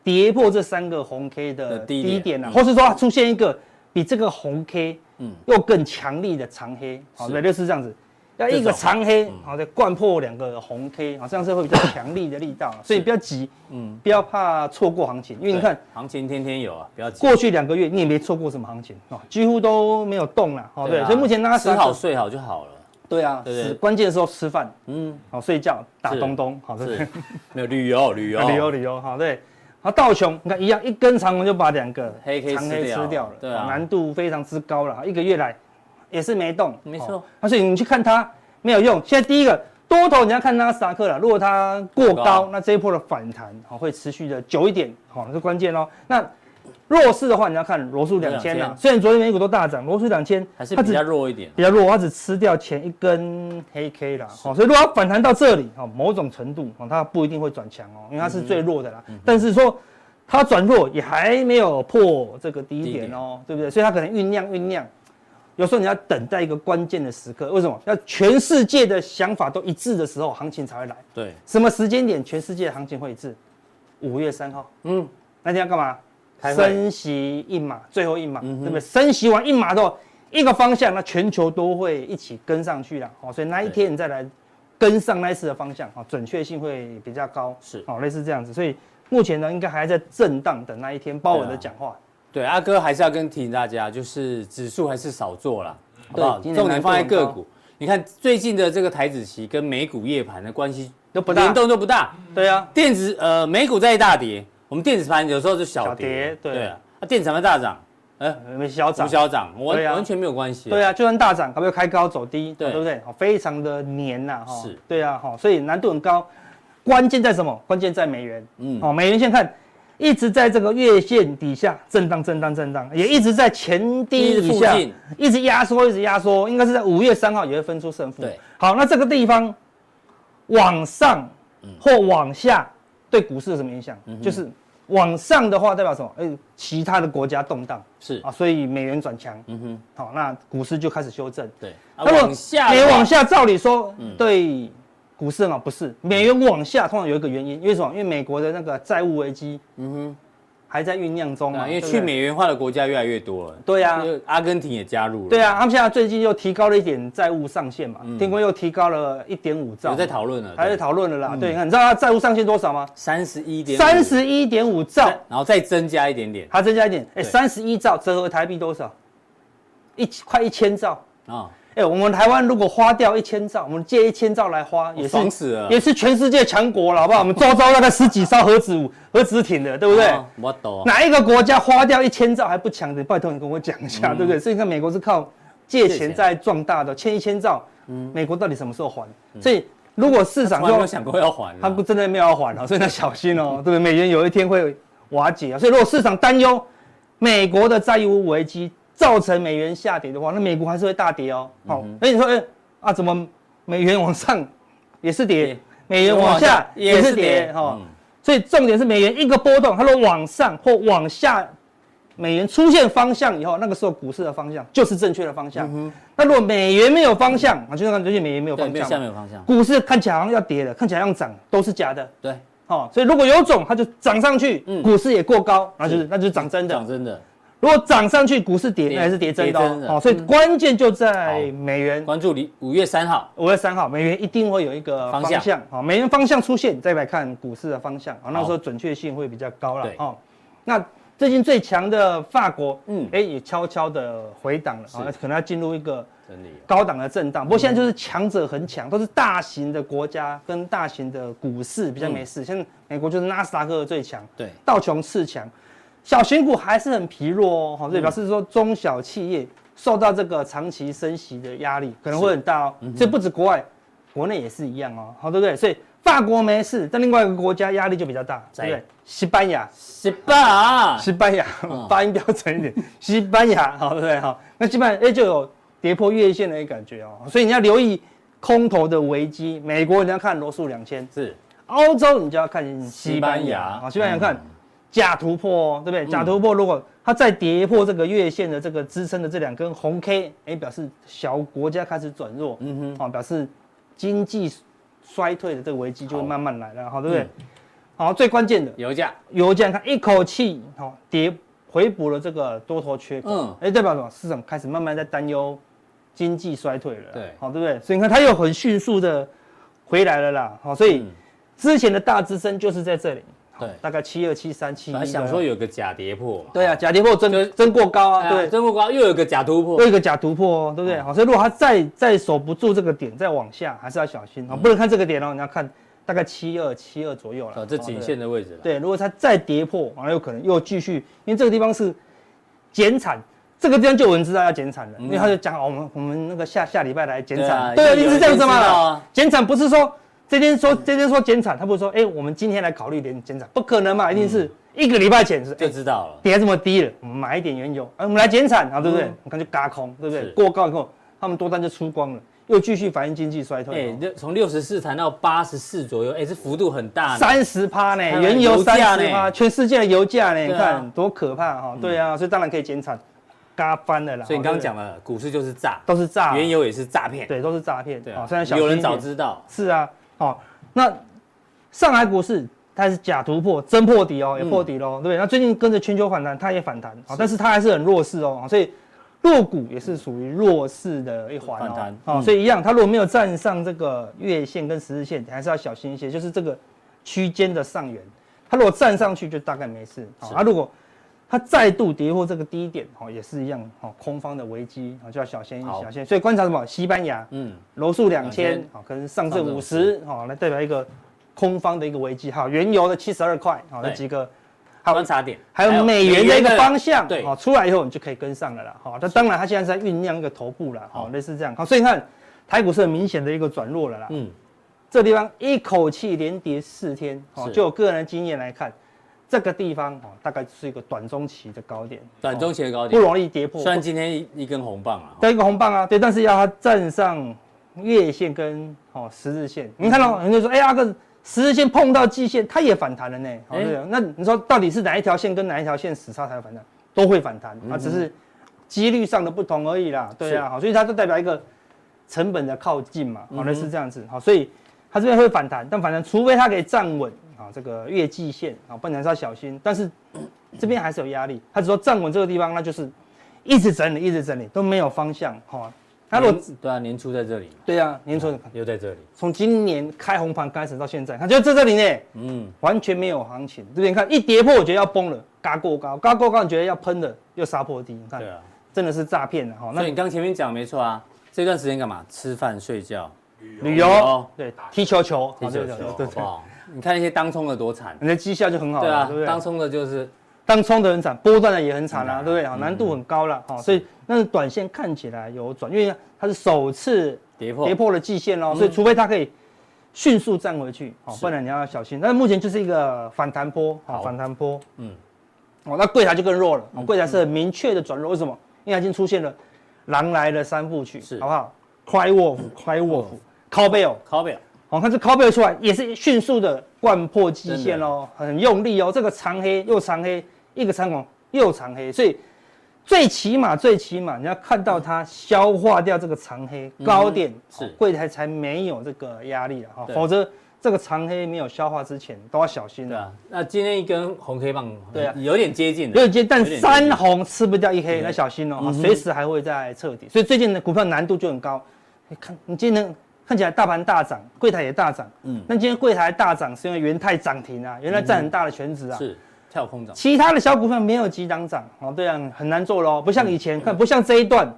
跌破这三个红 K
的
的
低点
低点啊
嗯，
或是说它出现一个比这个红 K
嗯
又更强力的长黑，好，
是
对，就是这样子。要
这
一
种
个
啊嗯
长黑，好再灌破两个红 K，好这样
*coughs*
是会比较强力的力道啊，所以不要急，
嗯，
不要怕错过行情，因为你
对
看
行情天天有啊，不要急，
过去两个月你也没错过什么行情啊，几乎都没有动了，好对，
啊
所以目前纳斯
吃
达
好
克
睡好就好了，
对啊，
对对
是关键的时候吃饭，
嗯，
好睡觉，打
是
东东，好对不对
是， *laughs* 没有旅游旅游
啊旅游旅游，好对。好，道琼，你看一样，一根长红就把两个
黑 K
长
吃
黑
掉
吃掉了，
对啊
好难度非常之高了，一个月来也是没动，
没错
哦。那所以你去看它没有用。现在第一个多头你要看纳斯达克了，如果它过
过
高
高，
那这一波的反弹好会持续的久一点，好，这是关键哦。那弱势的话，你要看罗素两千啊
2000，
虽然昨天美股都大涨，罗素两千
还是比较弱一点，
比较弱，它只吃掉前一根黑 K 啦，好、所以如果它反弹到这里，哦，某种程度，哦，它不一定会转强哦，因为它是最弱的啦。但是说它转弱也还没有破这个低点哦，对不对？所以它可能酝酿酝酿，有时候你要等待一个关键的时刻，为什么？要全世界的想法都一致的时候，行情才会来。
对，
什么时间点全世界的行情会一致？五月三号，
嗯，
那天要干嘛？
开会
升息一码，最后一码，
嗯哼
对不对？升息完一码之后，一个方向，那全球都会一起跟上去啦。哦，所以那一天你再来跟上那一次的方向，哦，准确性会比较高。
是
哦，类似这样子。所以目前呢，应该还在震荡等那一天鲍尔的讲话。
对，啊阿哥还是要跟提醒大家，就是指数还是少做啦，好不好？
对今年
重点放在
难度很
个
高
股。你看最近的这个台子期跟美股夜盘的关系
都不大
联动都不大。
对啊，
电子呃，美股在大跌，我们电子盘有时候就小
小
跌
跌，对
啊，啊电子盘大涨，呃，
有没有小
股
涨？
小涨，完
对啊
完全没有关系。
对，啊，就算大涨，它不会开高走低，
对
对不对？哦，非常的黏呐，哈
是，
对啊，哈，所以难度很高。关键在什么？关键在美元，
嗯
嗯，哦，美元现在看一直在这个月线底下震荡、震荡、震荡，也一直在前低
一直
以
附
下
近，
一直压缩，一直压缩，应该是在五月三号也会分出胜负。
对，
好，那这个地方往上或
嗯
往下对股市有什么影响？就是往上的话代表什么？哎，其他的国家动荡
是
啊，，所以美元转强，
嗯哼，
好，那股市就开始修正。
对。啊
那如果
往下的话，嗯
美元往下，照理说，对股市嘛不是，美元往下通常有一个原因，因为什么？因为美国的那个债务危机，嗯哼，还在酝酿中
啊，
嘛，
因为
嗯对不
去
对
美元化的国家越来越多了。
对啊
就阿根廷也加入了。
对啊，他们现在最近又提高了一点债务上限嘛，
嗯
天国又提高了一点五兆，
有在讨论了，
还在讨论了啦。对，你看，你知道它债务上限多少吗？
三十一点
三十一点五兆，
然后再增加一点点
还增加一点，哎，
对
三十一兆折合台币多少？一快一千兆。
啊，
哎、我们台湾如果花掉一千兆，我们借一千兆来花，也是、
哦爽死了
也是全世界强国了，好不好？我们周遭大概十几艘核子武、核子艇的，对不对？
啊我懂。
哪一个国家花掉一千兆还不强的？拜托你跟我讲一下，对不对？所以你看，美国是靠借
嗯借钱嗯
钱在壮大的，欠一千兆，美国到底什么时候还？所以如果市场
从来没有
说
想过要还啊，
他不真的没有要还哦，所以要小
*laughs*
心哦，对不对？美元有一天会瓦解啊，所以如果市场担忧美国的债务危机造成美元下跌的话，那美国还是会大跌哦。
嗯
好、所以你说，哎、啊，怎么美元往上也是跌
跌，
美元往下也是
也是跌
跌，哈、
嗯
所以重点是美元一个波动，它如果往上或往下美元出现方向以后，那个时候股市的方向就是正确的方向。那如果美元没有方向，啊，就像最近美元没有
嗯对，
方
没有
向
下
嘛，
面有方向，
股市看起来好像要跌了，看起来要涨，都是假的。
对，
哦，所以如果有种，它就涨上去，
嗯
股市也过高，那就是那就是涨真的
讲。真的，
如果涨上去，股市跌，
跌
那还是跌真的
跌真的嗯
哦。哦，所以关键就在
好
美元。
关注你五月三号，
五月三号，美元一定会有一个
方
方
向
向，好，美元方向出现，再来看股市的方向，啊，那时候准确性会比较高了
对，
哦。那最近最强的法国，
嗯
嗯，哎，也悄悄的回档了，啊，
是
可能要进入一个
整理了，
高档的震荡。不过现
嗯
在就是强者很强，都是大型的国家跟大型的股市比较没事，像美国就是纳斯达克最强，
嗯对，
道琼次强，小型股还是很疲弱
嗯
哦，好，所以表示说中小企业受到这个长期升息的压力可能会很大
嗯
哦，这不止国外，国内也是一样哦，好，对不对？所以法国没事，但另外一个国家压力就比较大，对不
在
对？西班牙，
十八，
西班牙
嗯
*laughs* 发音标准一点，西班牙，好对不对？好，那西班牙哎、就有跌破月线的一个感觉哦，所以你要留意空头的危机。美国你要看罗素两千，
是
欧洲你就要看
西
西
班
班
牙
牙，好，西班牙看
嗯
假突破哦，对不对？假突破如果它再跌破这个月线的这个支撑的这两根红 K，哎、表示小国家开始转弱，
嗯
嗯哼，哦，表示经济衰退的这个危机就会
好
慢慢来了，好，嗯对不对？好，最关键的。
油价，
油价，看一口气哦跌回补了这个多头缺口，
嗯
嗯，哎，代表什么？市场开始慢慢在担忧经济衰退了，哦
对
好、对不对？所以你看它又很迅速的回来了啦，好、所以
嗯
之前的大支撑就是在这里，哦
对
大概七二七三七
本来
一，啊
想说有个假跌破嘛，
对啊，假跌破
就是
真真过高啊，
哎呀
对，
真不高，又有个假突破
又，一个假突破哦，对
嗯
不对？好、所以如果它再再守不住这个点，再往下，还是要小
嗯
心哦，不能看这个点哦，你要看大概七二七二左右了，
哦，这
好
颈
对
线的位置了，
对，如果它再跌破，然后有可能又继续，因为这个地方是减产，这个地方就有人知道要减产了，因为他就讲哦，我们我们那个下下礼拜来减产，
对啊
对，
有
一直这样
有人
子
知道
嘛
啊。
减产不是说这天说这天说减产，他不是说哎，我们今天来考虑减减产，不可能嘛，一定是一个礼拜前是
嗯就
哎
知道了，
跌这么低了，我们买一点原油，哎，我们来减产啊，对不对
嗯？
你看就嘎空，对不
是
对？过高以后，他们多单就出光了，又继续反映经济衰退
哎
哦。，
这从六十四谈到八十四左右，哎，这幅度很大呢，
三十趴呢，
看
原油
油
三
价
十
呢
趴，全世界的油价
对啊嗯
呢，你看多可怕哈！对啊，所以当然可以减产，嘎翻了啦。
所以你刚刚讲
哦
了，股市就是诈，
对不对都是诈，
原油也是诈骗，
对都是诈骗，
对
哦
啊
现在，小心
有
一
人
点
早知道，
是啊，哦，那上海股市它是假突破，真破底哦，也
嗯
破底喽，对不对？那最近跟着全球反弹，它也反弹，哦，但是它还是很弱势哦，哦所以弱股也是属于弱势的一环
反弹
哦，哦，
嗯
所以一样，它如果没有站上这个月线跟十日线，你还是要小心一些，就是这个区间的上缘，它如果站上去就大概没事，哦
是，
它如果它再度跌破这个低点，哦，也是一样，哦，空方的危机，哦，就要小心
好
小心。所以观察什么？西班牙，
嗯，
楼数两
2000
千，好，跟上证
上
五
证
十，好，来代表一个空方的一个危机，好，原油的七十二块，好，那
对
几个，好
观，察点，
还有美元的一个方向，
对
好，出来以后你就可以跟上了啦，好，那当然它现在是在酝酿一个头部了，
好
好，类似这样，好，所以你看台股是很明显的一个转弱了啦，
嗯，
这地方一口气连跌四天，好，
是
就我个人的经验来看，这个地方哦，大概是一个短中期的高点，
短中期的高
不
点，
容易跌破，
虽然今天一一根红棒啊，
带一个红棒啊，对，但是要它站上月线跟哦十日线，你看到、很多人说，哎、阿哥十日线碰到季线，它也反弹了呢，好、
哎
对啊那你说到底是哪一条线跟哪一条线死叉才会反弹？都会反弹，啊，只是几率上的不同而已啦，对啊，好，所以它就代表一个成本的靠近嘛，好、类似这样子，好，所以它这边会反弹，但反弹除非它可以站稳啊这个月季线啊，不然还是要小心，但是这边还是有压力，它只说站稳这个地方，那就是一直整理，一直整理都没有方向，哈、它如果
年对啊，年初在这里嘛，
对啊，年初
又在这里，
从今年开红盘开始到现在，它就在这里呢，
嗯，
完全没有行情。这边看一跌破，我觉得要崩了，嘎过高，嘎过高，你觉得要喷了，又杀破低，你看
对啊，
真的是诈骗啊了哈。
所
嗯那
以你刚前面讲没错啊，这段时间干嘛？吃饭睡觉，
旅
旅
游
游
对踢球球，好
哦踢球
哦对
球，
对
好
对
不
对，
好？你看那些当冲的多惨，
你的绩效就很好
对
了，
啊
对不，
当
对？
冲的就是
当冲的很惨，波段的也很惨啊，
嗯
对不对？好，难度很高了哈，所以但是短线看起来有转，因为它是首次
跌破，嗯
跌破了季线喽，所以除非它可以迅速站回去，好，不然你要小心。但是目前就是一个反弹波，
好
好，反弹波，
嗯
嗯，哦，那柜台就更弱了，哦柜台是很明确的转弱，为什么？因为它已经出现了狼来了三部曲
是，嗯
好不好？Cry Wolf，Cry Wolf，靠背哦，
考表，
好，看这靠背出来也是迅速的贯破季线
真的
喽，很用力哦，这个长黑又长黑，一个长红又长黑，所以最起码最起码你要看到它消化掉这个长黑高点，
嗯是
哦柜台才没有这个压力了哈，
对
否则这个长黑没有消化之前都要小心
对
了。
啊，那今天一根红 K 棒，
嗯对啊
有点接近
六
了，
阶但
有点
三红吃不掉一黑，
对嗯
那小心哦，啊随时还会再彻底。所以最近的股票难度就很高。你看，你今天看起来大盘大涨，柜台也大涨，嗯，那今天柜台大涨是因为元泰涨停啊，原来占很大的全值啊。
是跳空涨，
其他的小股票没有几档涨，哦，对啊，很难做咯，不像以
嗯
前看，不像这一段，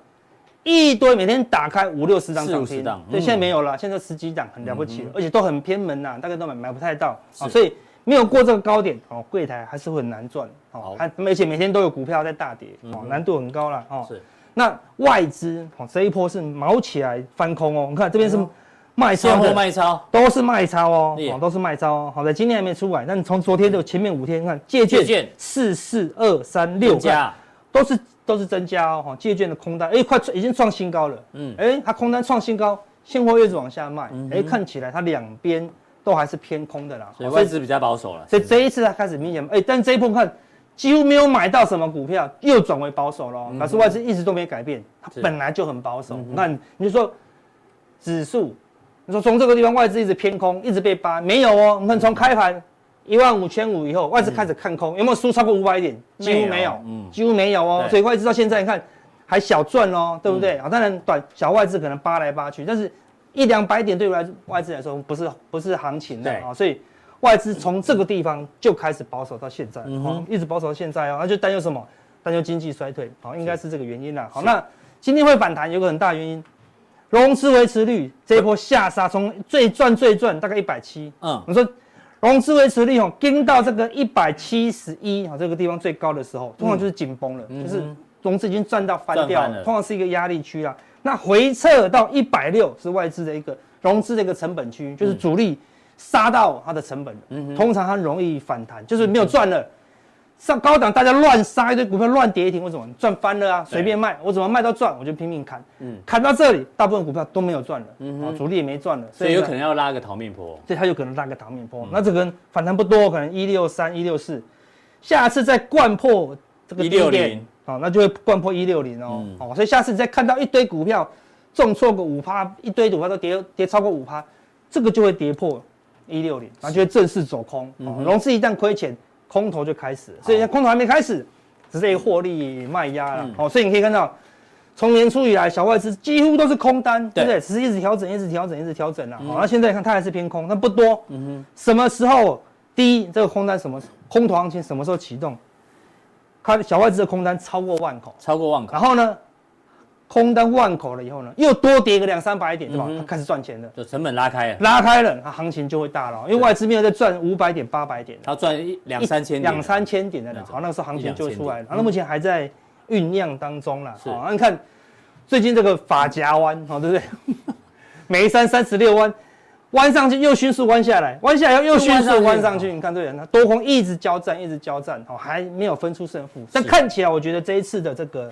一堆每天打开五六十档涨
四五十
停
档，
对，
嗯
现在没有了，现在十几档很了不起了，而且都很偏门啊呐，大概都买买不太到，
是
哦所以没有过这个高点，哦，柜台还是会很难赚，
好嗯
哦，还而且每天都有股票在大跌，哦，难度很高了，哦，
是
那外资哦这一波是毛起来翻空哦，你看这边是卖超
哎现货
的，
卖超，
都是卖超哦，
厉害
哦都是卖超哦。好的，今天还没出来，但从昨天的前面五天看，借
借券
券四四二三六
增加，
都是都是增加哦。哈，借券的空单哎，快已经创新高了。
嗯
嗯，哎，它空单创新高，现货一直往下卖
嗯，
哎，看起来它两边都还是偏空的啦。
所以
哦
外资比较保守了，
所以这一次它开始明显哎，但这一波看几乎没有买到什么股票，又转为保守喽。表示外资一直都没改变，它
嗯是嗯
本来就很保守。那你你就说指数，你说从这个地方外资一直偏空，一直被扒，没有哦。你看从开盘一万五千五以后，外资开始看空，有没有输超过五百点？几乎
嗯没
没
有
有，
嗯
几乎没有哦
对。
所以外资到现在你看还小赚
嗯
哦，对不对？啊、当然短小外资可能扒来扒去，但是一两百点对于来外资来说不是不是行情的
对
啊、所以。外资从这个地方就开始保守到现在，
嗯
哦
哼，
一直保守到现在哦，那就担忧什么？担忧经济衰退，好、应该是这个原因啦。好，那今天会反弹有个很大原因，融资维持率这一波下杀，从最赚最赚大概一百七，
嗯，
我说融资维持率哦，盯到这个一百七十一啊这个地方最高的时候，通常就是紧绷了，
嗯
就是融资已经赚到翻掉
赚翻了
了，通常是一个压力区啦。那回撤到一百六是外资的一个融资的一个成本区，
嗯
就是主力杀到它的成本了，通常它容易反弹，就是没有赚了。上高档大家乱杀一堆股票，乱跌停，为什么赚翻了啊？随便卖，我怎么卖到赚，我就拼命砍，
嗯
砍到这里，大部分股票都没有赚了，啊，主力也没赚了，
所以有
呢
可能要拉个逃命坡，
所以它有可能拉个挡面坡。那这个反弹不多，可能一六三、一六四，下次再灌破这个低
160
点，好、那就会灌破一六零哦。好、所以下次你再看到一堆股票重挫个五趴，一堆股票都跌跌超过五趴，这个就会跌破一六零，然后就会正式走空。哦融资一旦亏钱，空头就开始了，所以现在空头还没开始，只是一个获利卖压
嗯
了。好、所以你可以看到。从年初以来，小外资几乎都是空单，
对嗯
对不对？只是一直调整，一直调整，一直调整啦。好，那现在看它还是偏空，但不多。什么时候？第一，这个空单什么空头行情什么时候启动？它小外资的空单超过万口，
超过万口
然后呢，空单万口了以后呢，又多跌个两三百点，对吧？
嗯哼
它开始赚钱了，
就成本拉开了，
拉开了，它行情就会大了，因为外资没有在赚五百点、八百点了。
他赚一两
一
三千点，啊
两三千点的了
那。种
好，那个时候行情就会出来
一两千
了。
点
好那目前还在酝酿当中啦。
是
好，那你看最近这个法夹弯，好，对不对？ *laughs* 眉山三十六弯，弯上去又迅速弯下来，弯下来又迅速
又弯
弯
上
上
去哦
去。你看对人，它多空一直交战，一直交战，好，还没有分出胜负。但看起来，我觉得这一次的这个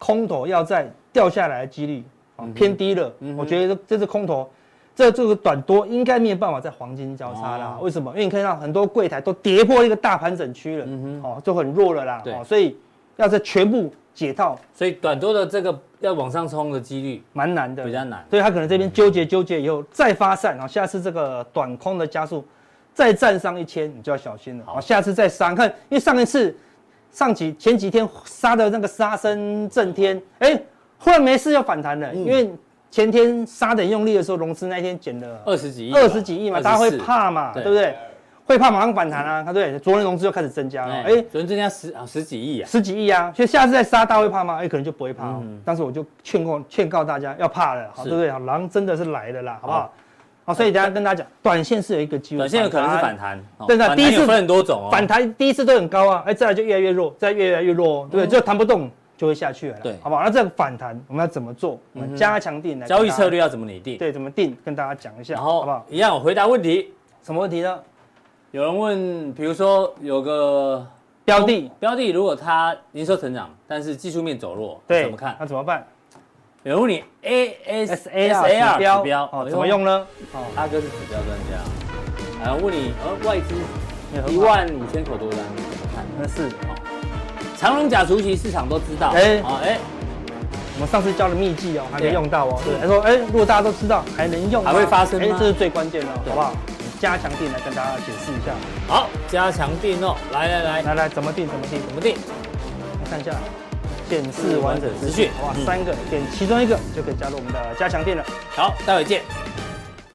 空头要再掉下来的几率哦
嗯
偏低了。我觉得这次空头。这这个短多应该没有办法在黄金交叉啦，
哦
为什么？因为你看到很多柜台都跌破一个大盘整区了，哦，就很弱了啦，
嗯对
哦，所以要在全部解套
所以短多的这个要往上冲的几率
蛮难的，
比较难，
所以他可能这边纠结纠结以后再发散，然后下次这个短空的加速再站上一千，你就要小心了。好，下次再杀，看，因为上一次上几前几天杀的那个杀声震天，哎、忽然没事又反弹了，因为前天杀的用力的时候，融资那一天减了
二十几亿吧，
二十几亿嘛，大家会
24，
怕嘛，
对
对不对？会怕马上反弹啊，他对，昨天融资就开始增加了，
哎
哎，，
昨天增加十啊十几亿啊，
十几亿啊，所以下次再杀，大家会怕吗？哎、可能就不会怕、哦。但是我就劝告劝告大家要怕了，好，
嗯是
对不对？好，狼真的是来了啦，好不
好
好？好，所以等一下跟大家讲，短线是有一个机会，
短线有可能是反弹，哦
对的
反
啊第一
弹有
次
分很多种哦，
反弹第一次都很高啊，哎，再来就越来越弱，再越来越弱、哦，对不对？就弹不动就会下去了啦，
嗯对嗯
好不好？那这个反弹我们要怎么做？我们加强定来
交易策
略，
略要怎么拟定？
对，怎么定？跟大家讲一下，
然
好
后
不好？
一样我回答问题，
什么问题呢？
有人问，比如说有个
标的，
标的，如果它营收成长，但是技术面走弱，
对，
怎么看？
那怎么办
有人问你 A S
？S A R 指标，
哎
哦，怎么？用呢？哦，
哎呦阿哥是指标专家，然后问你，呃，外资
也很好
一万五千口多单怎么看？
那是
哦长龙假除息市场都知道，
哎
哦哎，
我们上次教的秘技哦，还没
对
用到哦。对，他说，哎，如果大家都知道，还能用吗，
还会发生吗
哎，这是最关键的哦，
对
好不好？我们加强定来跟大家解释一下，
好，加强定哦，来来来，
来来，怎么定？怎么定？
怎么定？
我看一下，显示完整资讯，好不好？
嗯
三个点其中一个就可以加入我们的加强店了。
好，待会见。
拜拜。